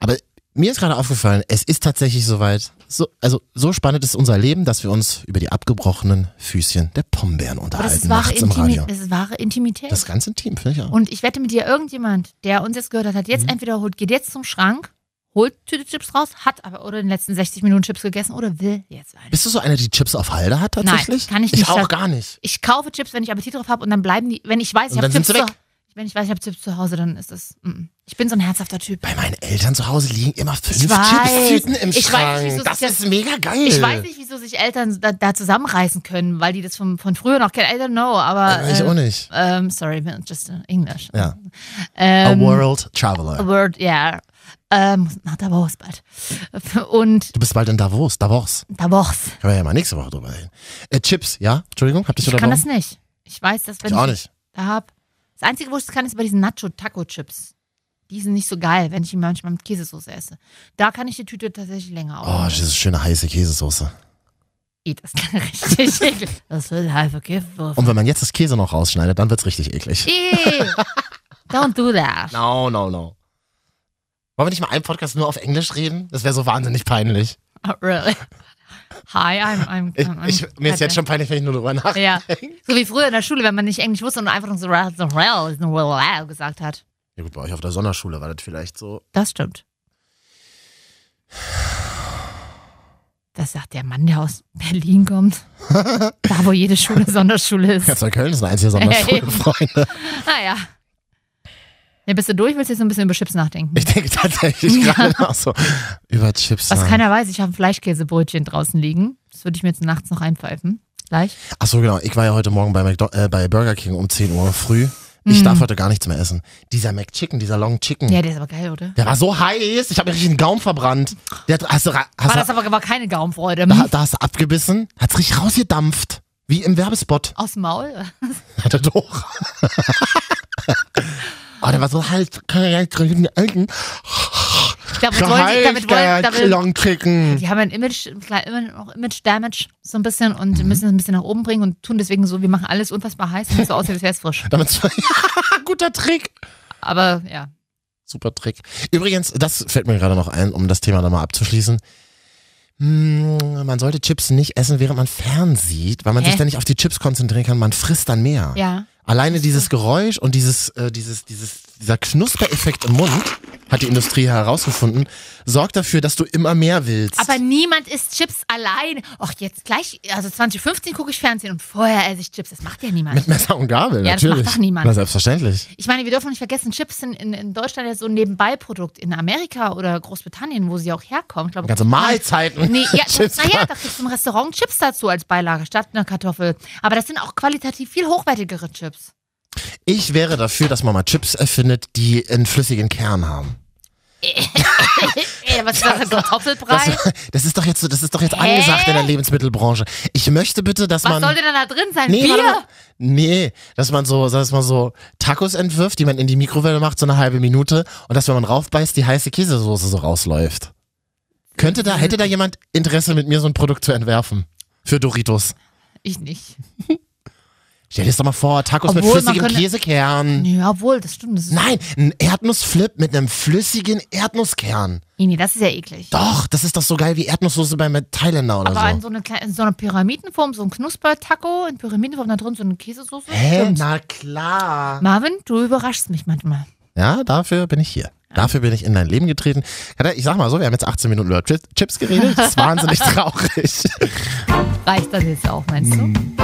S1: Aber mir ist gerade aufgefallen, es ist tatsächlich soweit, so, also so spannend ist unser Leben, dass wir uns über die abgebrochenen Füßchen der Pombeeren
S2: Aber das ist
S1: unterhalten,
S2: wahre,
S1: nachts im
S2: Intimi
S1: Radio.
S2: das ist wahre Intimität.
S1: Das ist ganz intim, finde ich auch.
S2: und ich wette mit dir, irgendjemand, der uns jetzt gehört hat, hat jetzt
S1: Mhm.
S2: entweder holt, geht jetzt zum Schrank, holt Tüte Chips raus, hat aber oder in den letzten 60 Minuten Chips gegessen oder will jetzt eine.
S1: Bist du so eine, die Chips auf Halde hat tatsächlich?
S2: Nein, kann ich
S1: Ich
S2: nicht
S1: auch
S2: sagen.
S1: gar nicht.
S2: Ich kaufe Chips, wenn ich Appetit drauf habe und dann bleiben die, wenn ich weiß,
S1: Und
S2: ich habe
S1: dann sind
S2: Chips
S1: sie
S2: zu,
S1: weg.
S2: Wenn ich weiß, ich habe Chips zu Hause, dann ist das. Mm. Ich bin so ein herzhafter Typ.
S1: Bei meinen Eltern zu Hause liegen immer fünf
S2: Ich weiß.
S1: Chipstüten im
S2: Ich
S1: Schrank.
S2: weiß nicht, wieso
S1: das
S2: sich das-
S1: ist mega geil.
S2: Ich weiß nicht, wieso sich Eltern da, da zusammenreißen können, weil die das vom, von früher noch kennen. I don't know, aber.
S1: Äh, ich auch
S2: äh,
S1: nicht.
S2: ähm, sorry, just in English.
S1: Ja.
S2: Ähm,
S1: A World Traveler.
S2: A word, ja. Ähm, nach Davos bald. Und
S1: Du bist bald in Davos. Davos.
S2: Davos.
S1: Können wir ja mal nächste Woche drüber reden. Äh, Chips, ja? Entschuldigung, habt ihr
S2: Ich
S1: schon
S2: kann das nicht. Ich weiß, dass wenn
S1: Ich auch nicht.
S2: da hab. Das Einzige, wo ich das kann, ist bei diesen Nacho-Taco-Chips. Die sind nicht so geil, wenn ich die manchmal mit Käsesoße esse. Da kann ich die Tüte tatsächlich länger
S1: Oh,
S2: auf.
S1: diese schöne heiße Käsesoße.
S2: Ih, das kann [laughs]
S1: [laughs]
S2: richtig eklig. Das wird halb vergiftet.
S1: Und wenn man jetzt das Käse noch rausschneidet, dann wird's richtig eklig.
S2: Ih, Don't do that.
S1: No, no, no. Wollen wir nicht mal einen Podcast nur auf Englisch reden? Das wäre so wahnsinnig peinlich.
S2: Oh, really. Hi, I'm. I'm,
S1: Ich,
S2: I'm
S1: ich, mir ist jetzt schon peinlich, wenn ich nur drüber nachdenke. [laughs]
S2: Ja. So wie früher in der Schule, wenn man nicht Englisch wusste und einfach nur so real, so real, so real gesagt hat.
S1: Ja gut, bei euch auf der Sonderschule war das vielleicht so.
S2: Das stimmt. Das sagt der Mann, der aus
S1: [laughs]
S2: Berlin kommt. da, wo jede Schule Sonderschule
S1: Ja,
S2: ist.
S1: zwei Köln ist eine
S2: [laughs]
S1: einzige Sonderschule,
S2: Hey.
S1: Freunde.
S2: Naja. Ja, bist du durch? Willst du jetzt noch ein bisschen über Chips nachdenken?
S1: Ich denke tatsächlich
S2: Ja.
S1: gerade auch so über Chips.
S2: Was
S1: nach.
S2: keiner weiß, ich habe ein Fleischkäsebrötchen draußen liegen. Das würde ich mir jetzt nachts noch einpfeifen. Gleich.
S1: Ach so, genau. Ich war ja heute Morgen bei, McDo äh, bei Burger King um 10 Uhr früh. Ich darf heute gar nichts mehr essen. Dieser McChicken, dieser Long Chicken,
S2: Mhm. Ja, der ist aber geil, oder?
S1: der war so heiß, ich habe mir richtig den Gaumen verbrannt. Der hat, hast du, ra- hast
S2: War
S1: du,
S2: Ah, das aber, war keine Gaumenfreude.
S1: da, da hast du abgebissen, hat's richtig rausgedampft. Wie im Werbespot. [laughs]
S2: Aus dem Maul? [laughs]
S1: Hat er doch. oh, der war so halt, kann ja gar nicht alten.
S2: Damit wollen sie, damit wollen, damit,
S1: Long Chicken.
S2: Die haben ein Image, klar, immer noch Image-Damage so ein bisschen und müssen es ein bisschen nach oben bringen und tun deswegen so, wir machen alles unfassbar heiß und es so aussieht, als wäre es frisch.
S1: Damit, [laughs] guter Trick.
S2: Aber ja,
S1: Super Trick. Übrigens, das fällt mir gerade noch ein, um das Thema nochmal abzuschließen. Hm, Man sollte Chips nicht essen, während man fernsieht, weil man
S2: Hä?
S1: sich dann nicht auf die Chips konzentrieren kann. Man frisst dann mehr.
S2: ja.
S1: Alleine dieses Geräusch und dieses, äh, dieses, dieses, dieser Knuspereffekt im Mund, hat die Industrie herausgefunden, sorgt dafür, dass du immer mehr willst.
S2: Aber niemand isst Chips allein. Och, jetzt gleich, also 2015 gucke ich Fernsehen und vorher esse ich Chips. Das macht ja niemand.
S1: mit Messer und Gabel,
S2: Ja, das
S1: natürlich.
S2: macht doch niemand.
S1: Na, selbstverständlich.
S2: Ich meine, wir dürfen nicht vergessen, Chips sind in, in Deutschland ja so ein Nebenbeiprodukt. In Amerika oder Großbritannien, wo sie auch herkommen. Ich glaube,
S1: Ganze Mahlzeiten.
S2: Nee, [laughs] ja,
S1: Chips
S2: naja, da gibt's im Restaurant Chips dazu als Beilage statt einer Kartoffel. Aber das sind auch qualitativ viel hochwertigere Chips.
S1: Ich wäre dafür, dass man mal Chips erfindet, die einen flüssigen Kern haben.
S2: Ey, was ist das? Ein Kartoffelbrei?
S1: Das, [laughs] das ist doch jetzt, so- das ist doch jetzt angesagt in der Lebensmittelbranche. Ich möchte bitte, dass
S2: Was
S1: man.
S2: soll denn da drin sein?
S1: nee, warte mal.
S2: Bier?
S1: nee, dass man so, dass man so Tacos entwirft, die man in die Mikrowelle macht, so eine halbe Minute, und dass wenn man raufbeißt, die heiße Käsesoße so rausläuft. Könnte da, hätte da jemand Interesse mit mir so ein Produkt zu entwerfen? Für Doritos.
S2: Ich nicht.
S1: Stell dir das doch mal vor, Tacos mit
S2: Obwohl, man
S1: flüssigem
S2: könnte-
S1: Käsekern.
S2: Ja, obwohl, das stimmt. Das ist
S1: Nein, ein Erdnussflip mit einem flüssigen Erdnusskern.
S2: Nee, nee, das ist ja eklig.
S1: Doch, das ist doch so geil wie Erdnusssoße bei Thailänder oder
S2: Aber
S1: so.
S2: in so eine kleine, in so einer Pyramidenform, so ein Knusper-Taco in Pyramidenform, da drin so eine Käsesoße.
S1: Hä?
S2: Stimmt.
S1: Na klar.
S2: Marvin, du überraschst mich manchmal.
S1: Ja, dafür bin ich hier. Dafür bin ich in dein Leben getreten. Katja, Ich sag mal so, wir haben jetzt 18 Minuten über Chi- Chips geredet.
S2: [laughs]
S1: Das ist wahnsinnig traurig.
S2: Reicht das jetzt auch, meinst du?
S1: Hm.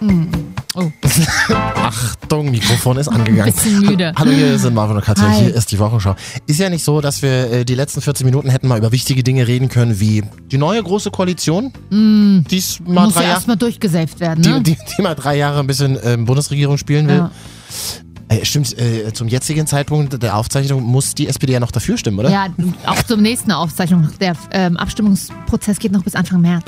S2: Mm. Oh,
S1: Achtung, Mikrofon ist angegangen.
S2: Bisschen müde.
S1: Hallo, hier sind Marvin und Katja.
S2: Hi.
S1: Hier ist die Wochenschau. Ist ja nicht so, dass wir äh, die letzten 14 Minuten hätten mal über wichtige Dinge reden können, wie die neue große Koalition, die es mal
S2: Mm. muss ja
S1: drei Jahre...
S2: erstmal durchgesäft werden,
S1: Die,
S2: ne?
S1: die, die mal drei Jahre ein bisschen ähm, Bundesregierung spielen will.
S2: Ja.
S1: Äh, stimmt, äh, zum jetzigen Zeitpunkt der Aufzeichnung muss die SPD ja noch dafür stimmen, oder?
S2: ja, auch zur nächsten Aufzeichnung. Der ähm, Abstimmungsprozess geht noch bis Anfang März.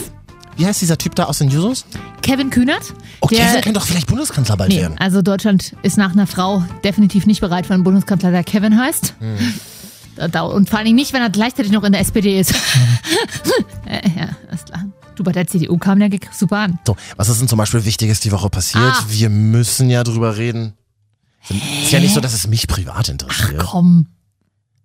S1: Wie heißt dieser Typ da aus den Jusos?
S2: Kevin Kühnert.
S1: Oh,
S2: der-
S1: Kevin kann doch vielleicht Bundeskanzler bald
S2: Nee,
S1: werden.
S2: also Deutschland ist nach einer Frau definitiv nicht bereit für einen Bundeskanzler, der Kevin heißt.
S1: Hm.
S2: Da- da- Und vor allen Dingen nicht, wenn er gleichzeitig noch in der SPD ist. [laughs] Äh, ja, ist klar. Du, bei der CDU kam der Gag super an.
S1: So, was ist denn zum Beispiel Wichtiges die Woche passiert?
S2: Ah.
S1: Wir müssen ja drüber reden. Ist ja nicht so, dass es mich privat interessiert.
S2: Komm.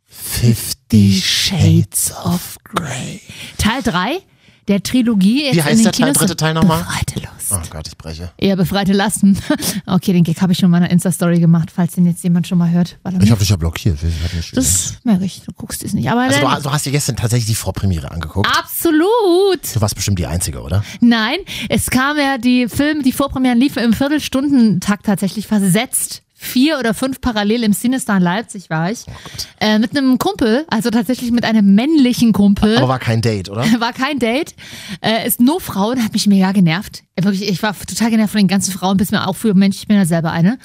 S1: Fifty Shades of Grey.
S2: Teil 3 der Trilogie. Jetzt
S1: Wie
S2: in
S1: heißt
S2: den
S1: der Teil,
S2: Kinos
S1: dritte Teil nochmal?
S2: Befreite Lust. Last.
S1: Oh Gott, ich breche.
S2: Eher befreite Lasten. [laughs] Okay, den Gag habe ich schon in meiner Insta-Story gemacht, falls den jetzt jemand schon mal hört. Warte mal.
S1: Ich habe dich ja blockiert. Wir hatten eine Schule.
S2: das merke ich, du guckst es nicht. Aber
S1: also
S2: dann,
S1: du, du hast dir gestern tatsächlich die Vorpremiere
S2: Ah.
S1: angeguckt.
S2: absolut.
S1: Du warst bestimmt die Einzige, oder?
S2: Nein, es kam ja die Filme, die Vorpremieren liefen im Viertelstundentakt tatsächlich versetzt. Vier oder fünf parallel im Cinestar in Leipzig war
S1: Oh
S2: ich. äh, mit einem Kumpel, also tatsächlich mit einem männlichen Kumpel.
S1: Aber war kein Date, oder?
S2: [laughs] war kein Date, äh, ist nur Frauen, hat mich mega genervt. Äh, Wirklich, ich war total genervt von den ganzen Frauen, bis mir auch für Mensch, ich bin ja selber eine.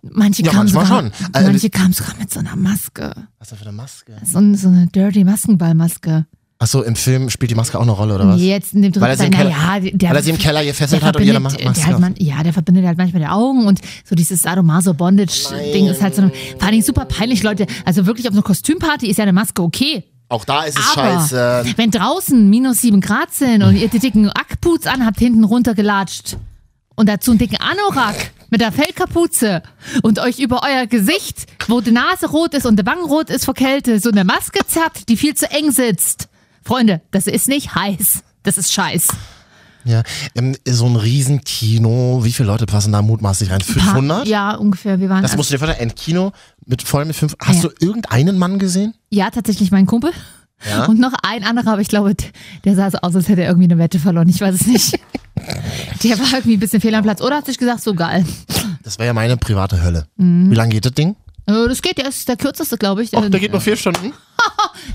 S2: Manche
S1: Ja,
S2: kamen
S1: manchmal
S2: sogar,
S1: schon. Also-
S2: manche kamen sogar mit so einer Maske,
S1: Was ist das für eine Maske?
S2: so, ein- so eine dirty Maskenballmaske.
S1: Achso, im Film spielt die Maske auch eine Rolle, oder was?
S2: Jetzt in dem dritten
S1: Weil er sie im
S2: Teil,
S1: Keller,
S2: na ja, der-
S1: weil er sie im Keller gefesselt Also
S2: Der
S1: hat und jeder
S2: verbindet,
S1: macht
S2: äh, der
S1: Maske.
S2: halt
S1: auf.
S2: man, ja, der verbindet halt manchmal die Augen und so dieses Sadomaso-Bondage-Ding ist halt so, ein- vor allen Dingen super peinlich, Leute. Also wirklich auf so einer Kostümparty ist ja eine Maske okay,
S1: Auch da ist es
S2: Aber
S1: scheiße.
S2: wenn draußen minus sieben Grad sind und ihr die dicken Ackboots anhabt, hinten runtergelatscht und dazu einen dicken Anorak mit der Fellkapuze und euch über euer Gesicht, wo die Nase rot ist und der Wangen rot ist vor Kälte, so eine Maske zerrt, die viel zu eng sitzt. Freunde, das ist nicht heiß. Das ist scheiß.
S1: Ja. Ähm, so ein Riesenkino, wie viele Leute passen da mutmaßlich rein? 500?
S2: Ja, ungefähr. Wir waren also
S1: Das musst du dir vorstellen, ein Kino mit voll mit fünf. Hast
S2: Ja.
S1: du irgendeinen Mann gesehen?
S2: Ja, tatsächlich mein Kumpel.
S1: Ja.
S2: Und noch ein anderer, aber ich glaube, d- der sah so aus, als hätte er irgendwie eine Wette verloren. Ich weiß
S1: [laughs]
S2: es nicht. der war irgendwie ein bisschen fehl am Platz. Oder hat sich gesagt, so geil.
S1: Das wäre ja meine private Hölle.
S2: Mhm.
S1: Wie lange geht das Ding?
S2: Äh, Das geht, der ist der kürzeste, glaube ich. Äh,
S1: Och, der geht nur vier Stunden.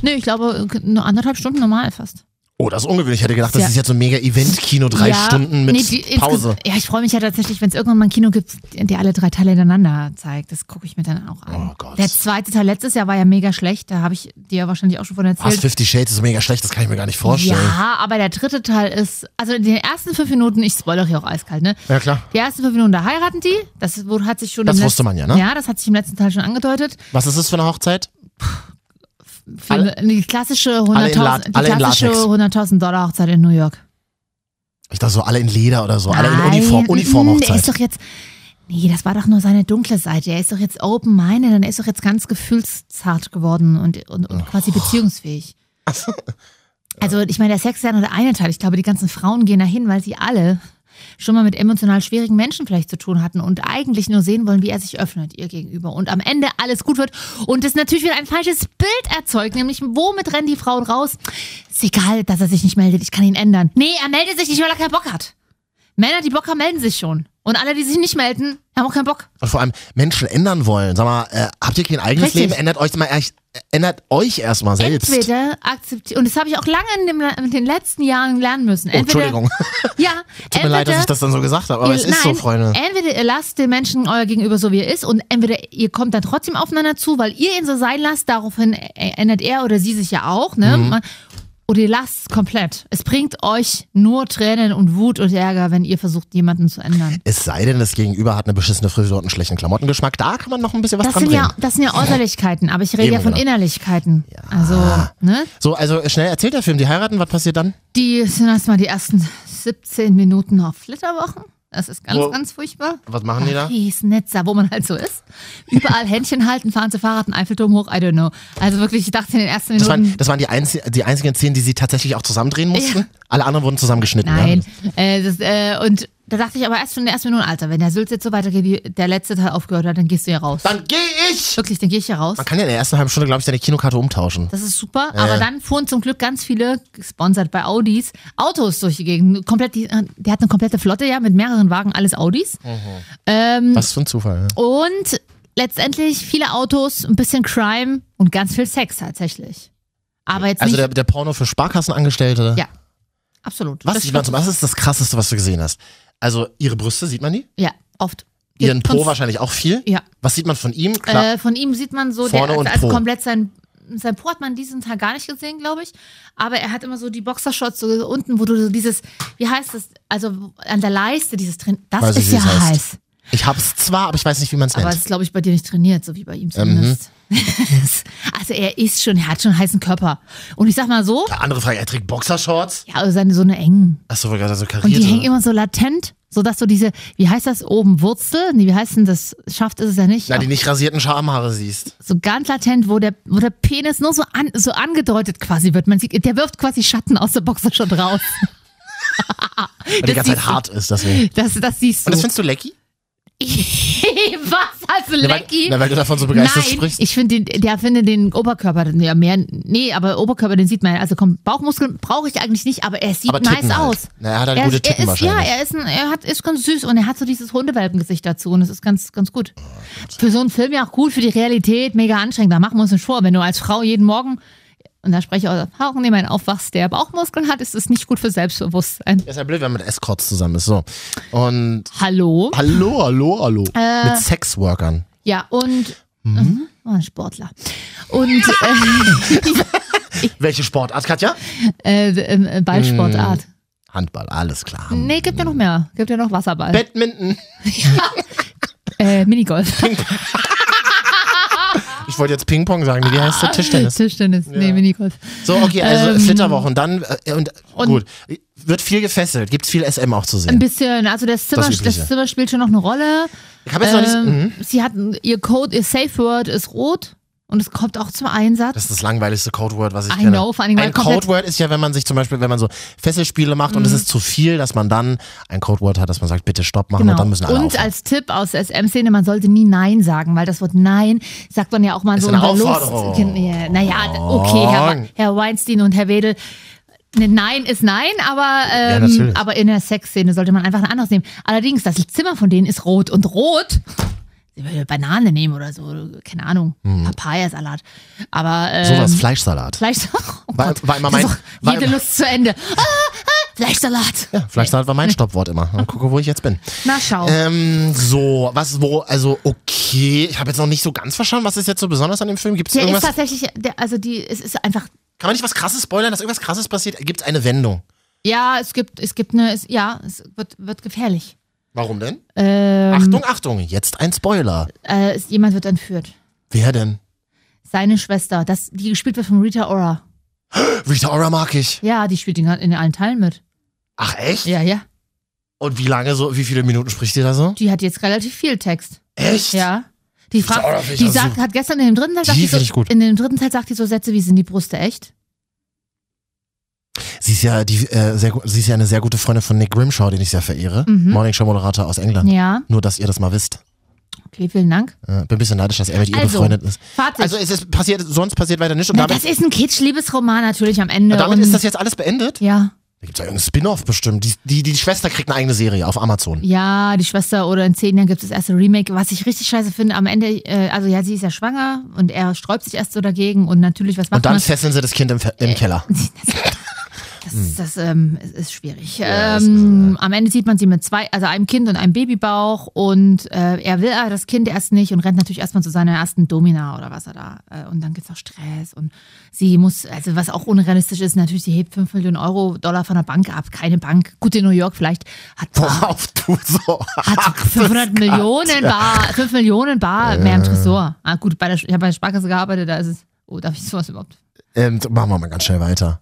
S2: nee, ich glaube, nur anderthalb Stunden normal fast.
S1: Oh, das ist ungewöhnlich. Ich hätte gedacht, das
S2: Ja.
S1: ist jetzt so ein mega Event-Kino, drei
S2: ja,
S1: Stunden mit
S2: nee, die- insges-
S1: Pause.
S2: Ja, ich freue mich ja tatsächlich, wenn es irgendwann mal ein Kino gibt, der alle drei Teile hintereinander zeigt. Das gucke ich mir dann auch an.
S1: Oh Gott.
S2: Der zweite Teil letztes Jahr war ja mega schlecht. Da habe ich dir ja wahrscheinlich auch schon von
S1: Was,
S2: erzählt.
S1: Fifty Shades ist mega schlecht, das kann ich mir gar nicht vorstellen.
S2: Ja, aber der dritte Teil ist, also in den ersten fünf Minuten, ich spoilere hier auch eiskalt, ne?
S1: Ja, klar.
S2: Die ersten fünf Minuten, da heiraten die. Das wurde- hat sich schon.
S1: Das
S2: im
S1: wusste
S2: letzten-
S1: man ja, ne?
S2: Ja, das hat sich im letzten Teil schon angedeutet.
S1: Was ist das für eine Hochzeit?
S2: Für
S1: Alle-
S2: eine, die klassische
S1: Alle in La-
S2: 100.000 die
S1: alle in
S2: klassische
S1: Latex.
S2: 100.000 Dollar Hochzeit in New York.
S1: Ich dachte so, alle in Leder oder so, alle in
S2: Nein,
S1: Uniform,
S2: mm, Der
S1: Uniform-Hochzeit.
S2: ist doch jetzt. Nee, das war doch nur seine dunkle Seite. Er ist doch jetzt open-minded und er ist doch jetzt ganz gefühlszart geworden und, und, und
S1: [laughs]
S2: quasi beziehungsfähig. Also, ich meine, der Sex ist ja nur der eine Teil. Ich glaube, die ganzen Frauen gehen dahin, weil sie alle schon mal mit emotional schwierigen Menschen vielleicht zu tun hatten und eigentlich nur sehen wollen, wie er sich öffnet ihr gegenüber und am Ende alles gut wird und das natürlich wieder ein falsches Bild erzeugt, nämlich womit rennen die Frauen raus? Ist egal, dass er sich nicht meldet, ich kann ihn ändern. Nee, er meldet sich nicht, weil er keinen Bock hat. Männer, die Bock haben, melden sich schon. Und alle, die sich nicht melden, haben auch keinen Bock.
S1: Und vor allem Menschen ändern wollen. Sag mal, äh, habt ihr kein eigenes
S2: Richtig.
S1: Leben? Ändert euch mal echt, äh, ändert euch erstmal selbst.
S2: Entweder akzeptieren, und das habe ich auch lange in, dem, in den letzten Jahren lernen müssen.
S1: oh,
S2: Entweder,
S1: Entschuldigung. [laughs]
S2: Ja,
S1: Tut mir leid, dass ich das dann so gesagt habe, aber
S2: Ihr-
S1: es ist so,
S2: nein,
S1: Freunde.
S2: Entweder ihr lasst den Menschen euer Gegenüber so, wie er ist, und entweder ihr kommt dann trotzdem aufeinander zu, weil ihr ihn so sein lasst, daraufhin ä- ändert er oder sie sich ja auch, ne?
S1: Mhm.
S2: Man- Oder ihr lasst es komplett. Es bringt euch nur Tränen und Wut und Ärger, wenn ihr versucht, jemanden zu ändern.
S1: Es sei denn, das Gegenüber hat eine beschissene Frisur und einen schlechten Klamottengeschmack. Da kann man noch ein bisschen was
S2: Das
S1: dran
S2: sind,
S1: drehen.
S2: ja, das sind ja Äußerlichkeiten, aber ich rede
S1: Eben,
S2: ja von
S1: genau.
S2: Innerlichkeiten. Also, ne?
S1: So, also äh, schnell erzählt der Film, die heiraten, was passiert dann?
S2: Die sind erstmal die ersten 17 Minuten auf Flitterwochen. Das ist ganz,
S1: Wo-
S2: ganz furchtbar.
S1: Was machen die da?
S2: Riesennetzer, wo man halt so ist. Überall Händchen halten, fahren zu Fahrrad, einen Eiffelturm hoch, I don't know. Also wirklich, ich dachte in den ersten
S1: Das waren,
S2: Minuten.
S1: das waren die, einzi die einzigen Szenen, die sie tatsächlich auch zusammendrehen mussten. Alle anderen wurden zusammengeschnitten.
S2: Nein.
S1: Ja.
S2: Äh, das, äh, und da dachte ich aber erst schon in den ersten Minuten, Alter, wenn der Sülz jetzt so weitergeht, wie der letzte Teil aufgehört hat, dann gehst du hier raus.
S1: Dann geh ich!
S2: wirklich, dann gehe ich hier raus.
S1: Man kann ja in der ersten halben Stunde, glaube ich, deine Kinokarte umtauschen.
S2: Das ist super, aber dann fuhren zum Glück ganz viele, gesponsert bei Audis, Autos durch die Gegend. Komplett, die, der hat eine komplette Flotte, ja, mit mehreren Wagen, alles Audis. Ähm,
S1: Mhm. Was für ein Zufall. Ja.
S2: und letztendlich viele Autos, ein bisschen Crime und ganz viel Sex tatsächlich. Aber jetzt
S1: Also
S2: nicht,
S1: der, der Porno für Sparkassenangestellte.
S2: Ja. absolut.
S1: Was
S2: Das
S1: sieht man zum,
S2: stimmt.
S1: was ist das krasseste, was du gesehen hast? Also ihre Brüste, sieht man die?
S2: Ja, oft.
S1: Ihren Po
S2: Von-
S1: wahrscheinlich auch viel.
S2: Ja.
S1: Was sieht man von ihm? Klar.
S2: Äh, von ihm sieht man so,
S1: Vorne
S2: der,
S1: und
S2: also
S1: Po.
S2: komplett sein, sein Po hat man diesen Tag gar nicht gesehen, glaube ich. Aber er hat immer so die Boxershorts so unten, wo du so dieses, wie heißt das, also an der Leiste dieses drin, das
S1: Weiß ich,
S2: ist
S1: wie
S2: ja
S1: es heißt.
S2: heiß.
S1: ich hab's zwar, aber ich weiß nicht, wie man es
S2: Äh, Aber das
S1: nennt.
S2: ist, glaube ich, bei dir nicht trainiert, so wie
S1: Mhm.
S2: bei ihm zumindest. [laughs] also er ist schon, er hat schon einen heißen Körper. Und ich sag mal so,
S1: Andere Frage, er trägt Boxershorts?
S2: ja, also seine so eine engen.
S1: Achso, weil gerade so
S2: Und
S1: kariert.
S2: die hängen immer so latent, sodass so diese, wie heißt das oben, Wurzel? Nee, wie heißt denn das? Schafft ist es ja nicht.
S1: Na, die nicht rasierten Schamhaare siehst.
S2: so ganz latent, wo der, wo der Penis nur so, an, so angedeutet quasi wird. Man sieht, der wirft quasi Schatten aus der Boxershort raus.
S1: Weil die ganze
S2: Das
S1: Zeit
S2: siehst du.
S1: hart ist, deswegen.
S2: [laughs] Das, das siehst du.
S1: Und das findest du lecky?
S2: [laughs] Was? Also
S1: Ja, weil,
S2: Lecky?
S1: na, weil du davon so
S2: Nein,
S1: begeistert sprichst.
S2: ich finde den, der finde den Oberkörper ja mehr, nee, aber Oberkörper, den sieht man, ja. also komm, Bauchmuskeln brauche ich eigentlich nicht, aber er sieht
S1: aber
S2: nice
S1: Titten halt.
S2: aus.
S1: Na, er hat halt
S2: Er
S1: gute
S2: ist, er
S1: Titten
S2: ist, ja,
S1: wahrscheinlich.
S2: er ist, ein, er hat, ist ganz süß und er hat so dieses Hundewelpengesicht dazu und das ist ganz, ganz gut. für so einen Film ja auch gut, für die Realität mega anstrengend. Da machen wir uns nicht vor, wenn du als Frau jeden Morgen, und da spreche ich aus Erfahrung, nee, mein aufwachst, der Bauchmuskeln hat, ist es nicht gut für Selbstbewusstsein.
S1: Ja, ist ja blöd, wenn man mit Escorts zusammen ist. So. Und
S2: Hallo?
S1: hallo, hallo, hallo.
S2: Äh.
S1: mit Sexworkern.
S2: Ja, und
S1: Hm?
S2: mhm. war ein Sportler.
S1: [laughs]
S2: Und [laughs]
S1: Welche Sportart, Katja?
S2: äh, äh, äh, Ballsportart.
S1: Mm. Handball, alles klar.
S2: Nee, gibt ja noch mehr. Gibt ja noch Wasserball.
S1: Badminton.
S2: äh, Minigolf.
S1: Ich wollte jetzt Ping-Pong sagen. Wie
S2: Ah.
S1: heißt der Tischtennis?
S2: [laughs] Tischtennis. Nee, Minigolf.
S1: So, okay, also
S2: Ähm.
S1: Flitterwochen. Dann, äh, und,
S2: Und-
S1: gut. Wird viel gefesselt. Gibt's viel SM auch zu
S2: Ein
S1: sehen.
S2: bisschen, also das Zimmer, das,
S1: Übliche.
S2: Zimmer spielt schon noch eine Rolle.
S1: Ich habe jetzt noch nicht. Mhm.
S2: Ähm, Sie hatten ihr Code, ihr Safe Word ist rot und es kommt auch zum Einsatz.
S1: Das ist das langweiligste Codeword, was ich
S2: I
S1: kenne.
S2: know, vor allen Dingen, weil
S1: ein
S2: komplett- Mhm.
S1: Codeword ist ja, wenn man sich zum Beispiel, wenn man so Fesselspiele macht und es ist zu viel, dass man dann ein Codeword hat, dass man sagt, bitte Stopp machen und dann müssen alle
S2: Genau. und
S1: aufhören.
S2: als Tipp aus der SM-Szene, man sollte nie Nein sagen, weil das Wort Nein sagt man ja auch mal
S1: Ist
S2: so
S1: eine
S2: unter
S1: Aufforderung.
S2: Lust. Kind- ja, Naja, d- okay, Herr, Wa- Herr Weinstein und Herr Wedel. ne, Nein ist Nein, aber, ähm,
S1: natürlich.
S2: aber in der Sexszene sollte man einfach ein anderes nehmen. Allerdings, das Zimmer von denen ist rot und rot. Sie würde Banane nehmen oder so, keine Ahnung. Papayasalat. Aber ähm,
S1: Hm. Sowas, Fleischsalat.
S2: Fleischsalat. Oh
S1: War-
S2: Gott.
S1: war immer
S2: Das ist
S1: mein-
S2: doch
S1: war
S2: Jede
S1: immer-
S2: Lust zu Ende. Ah, ah, Fleischsalat.
S1: ja, Fleischsalat war mein Stoppwort immer. Mal gucke, wo ich jetzt bin.
S2: Na schau.
S1: Ähm, so, was, wo, also, okay. Ich habe jetzt noch nicht so ganz verstanden, was ist jetzt so besonders an dem Film? Gibt es
S2: Der ist
S1: irgendwas?
S2: tatsächlich, der, also die, es ist einfach,
S1: Kann man nicht was krasses spoilern, dass irgendwas krasses passiert? Gibt es eine Wendung?
S2: ja, es gibt, es gibt eine, es, ja, es wird, wird gefährlich.
S1: Warum denn?
S2: Ähm,
S1: Achtung, Achtung, jetzt ein Spoiler.
S2: Äh, es, jemand wird entführt.
S1: Wer denn?
S2: Seine Schwester, das, die gespielt wird von Rita Ora.
S1: Rita Ora mag ich.
S2: Ja, die spielt in, in allen Teilen mit.
S1: Ach echt?
S2: Ja, ja.
S1: Und wie lange so, wie viele Minuten spricht ihr da so?
S2: Die hat jetzt relativ viel Text.
S1: Echt?
S2: Ja. Die fragt,
S1: Ora finde ich
S2: die
S1: also
S2: sagt,
S1: super.
S2: hat gestern in dem dritten Teil, sagt
S1: Die
S2: die so,
S1: finde ich gut.
S2: in dem dritten Teil sagt die so Sätze wie sind die Brüste echt?
S1: Sie ist ja die äh, sehr, gu- sie ist ja eine sehr gute Freundin von Nick Grimshaw, den ich sehr verehre.
S2: Mhm.
S1: Morning Show Moderator aus England.
S2: Ja.
S1: Nur, dass ihr das mal wisst.
S2: Okay, vielen Dank.
S1: Äh, bin ein bisschen neidisch, dass er mit ihr
S2: Also,
S1: befreundet ist.
S2: Fazit.
S1: Also es ist passiert, sonst passiert weiter nicht. Und
S2: Na, das
S1: damit,
S2: ist ein Kitsch-Liebesroman natürlich am Ende.
S1: damit
S2: und,
S1: ist das jetzt alles beendet.
S2: ja.
S1: Da gibt's ja irgendeinen Spin-off bestimmt. Die, die, die Schwester kriegt eine eigene Serie auf Amazon.
S2: Ja, die Schwester oder in zehn Jahren gibt es das erste Remake. Was ich richtig scheiße finde, am Ende, äh, also ja, sie ist ja schwanger und er sträubt sich erst so dagegen und natürlich, was macht
S1: Und dann
S2: man?
S1: fesseln sie das Kind im, Fe-
S2: Äh.
S1: im Keller. [laughs]
S2: [laughs] Das, ist- das ähm, ist, ist schwierig.
S1: Ja, es äh,
S2: ähm, am Ende sieht man sie mit zwei, also einem Kind und einem Babybauch und äh, er will aber das Kind erst nicht und rennt natürlich erstmal zu seiner ersten Domina oder was er da. Äh, und dann gibt's auch Stress und sie muss, also was auch unrealistisch ist, natürlich, sie hebt 5 Millionen Euro Dollar von der Bank ab. Keine Bank, gut in New York vielleicht, hat
S1: Worauf du so
S2: hat 500 Millionen Bar, 5 Millionen Bar mehr im Tresor. Ah, gut, bei der, ich habe bei der Sparkasse gearbeitet, da ist es. Oh, darf ich sowas überhaupt?
S1: [laughs] ähm, Machen wir mal ganz schnell weiter.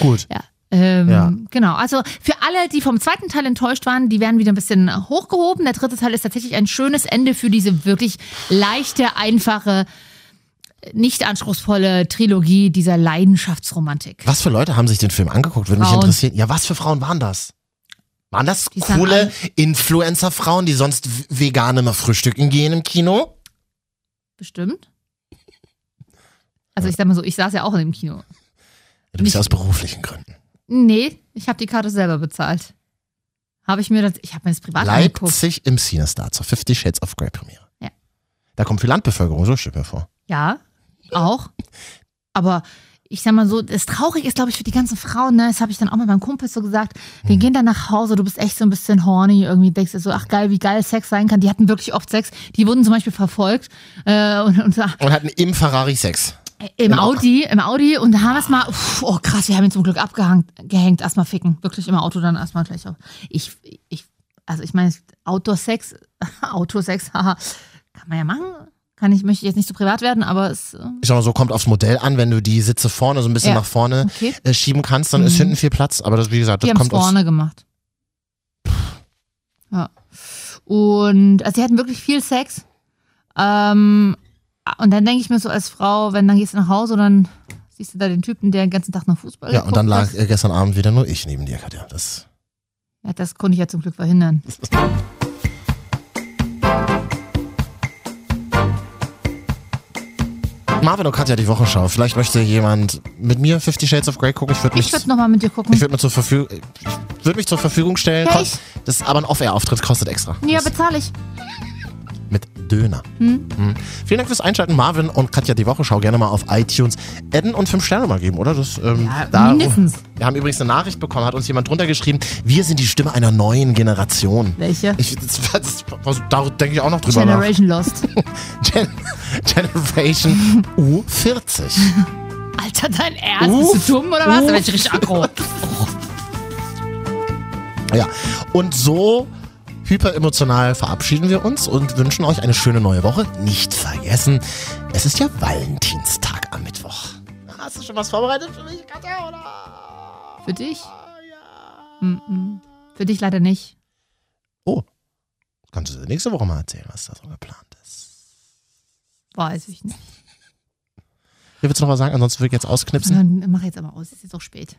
S1: Gut.
S2: Ja. Ähm,
S1: Ja.
S2: Genau, also für alle, die vom zweiten Teil enttäuscht waren, die werden wieder ein bisschen hochgehoben. Der dritte Teil ist tatsächlich ein schönes Ende für diese wirklich leichte, einfache, nicht anspruchsvolle Trilogie dieser Leidenschaftsromantik.
S1: Was für Leute haben sich den Film angeguckt? Würde mich
S2: Frauen.
S1: interessieren. Ja, was für Frauen waren das? Waren das
S2: Die sahen
S1: coole
S2: alle-
S1: Influencer-Frauen, die sonst v- vegan immer frühstücken gehen im Kino?
S2: Bestimmt. Also ich sag mal so, ich saß ja auch in dem Kino.
S1: Du bist
S2: Nicht-
S1: ja aus beruflichen Gründen.
S2: Nee, ich habe die Karte selber bezahlt. Habe ich mir das, ich habe mir das privat angeguckt.
S1: Leipzig im Cinestar zur 50 Shades of Grey Premiere.
S2: Ja.
S1: Da kommt viel Landbevölkerung, so steht mir vor.
S2: Ja, auch. Aber ich sag mal so, das traurig ist, glaube ich, für die ganzen Frauen, ne? Das habe ich dann auch mit meinem Kumpel so gesagt. Wir gehen dann nach Hause, du bist echt so ein bisschen horny irgendwie, denkst dir so, ach geil, wie geil Sex sein kann. Die hatten wirklich oft Sex. Die wurden zum Beispiel verfolgt äh, und, und äh,
S1: Und hatten im Ferrari Sex.
S2: im
S1: Im Au-
S2: Audi, im Audi und da haben wir es mal, uff, oh krass, wir haben ihn zum Glück abgehängt, gehängt, erstmal ficken. Wirklich im Auto dann erstmal gleich auf. Ich, ich, also ich meine, Outdoor-Sex, [laughs] Outdoor-Sex, haha, kann man ja machen. Kann ich, möchte ich jetzt nicht zu privat werden, aber es, äh,
S1: Ich sag mal so, kommt aufs Modell an, wenn du die Sitze vorne so ein bisschen
S2: Ja.
S1: nach vorne
S2: okay.
S1: äh, schieben kannst, dann
S2: Mhm.
S1: ist hinten viel Platz. Aber das, wie gesagt, das
S2: Die haben es
S1: kommt aufs.
S2: vorne gemacht. Ja. Und also sie hatten wirklich viel Sex. Ähm, und dann denke ich mir so als Frau, wenn dann gehst du nach Hause und dann siehst du da den Typen, der den ganzen Tag nach Fußball
S1: Ja, und dann
S2: geguckt
S1: lag
S2: hat.
S1: äh, gestern Abend wieder nur ich neben dir, Katja. Das
S2: Ja, das konnte ich ja zum Glück verhindern.
S1: Marvin und Katja, die Wochenschau. Vielleicht möchte jemand mit mir Fifty Shades of Grey gucken. Ich würde mich,
S2: Ich würde nochmal mit dir gucken.
S1: ich würde mir zur Verfügung, ich würde mich zur Verfügung stellen.
S2: Ja,
S1: Kost-
S2: ich-
S1: Das ist aber ein Off-Air-Auftritt, kostet extra.
S2: ja, Hm?
S1: Das-
S2: bezahle ich.
S1: mit Döner. Mhm. Vielen Dank fürs Einschalten, Marvin und Katja. Die Wochenschau gerne mal auf iTunes adden und fünf Sterne mal geben, oder? Das, ähm,
S2: Ja, mindestens.
S1: Wir haben übrigens eine Nachricht bekommen, hat uns jemand drunter geschrieben, wir sind die Stimme einer neuen Generation.
S2: Welche?
S1: Ich, das, das, das, da denke ich auch noch drüber nach.
S2: Generation Lost.
S1: Gen [laughs] Generation U40. [laughs]
S2: Alter, dein Ernst?
S1: Uff.
S2: Bist du dumm oder was?
S1: Uff.
S2: Da werd ich richtig aggro.
S1: Ja, und so hyperemotional verabschieden wir uns und wünschen euch eine schöne neue Woche. Nicht vergessen, es ist ja Valentinstag am Mittwoch. Hast du schon was vorbereitet für mich, Katja, oder?
S2: Für dich?
S1: Ja.
S2: Mm-mm. Für dich leider nicht.
S1: Oh, kannst du nächste Woche mal erzählen, was da so geplant ist.
S2: Weiß ich nicht.
S1: Hier willst du noch was sagen? Ansonsten würde ich jetzt ausknipsen.
S2: Dann mach jetzt aber aus. Es ist jetzt auch spät.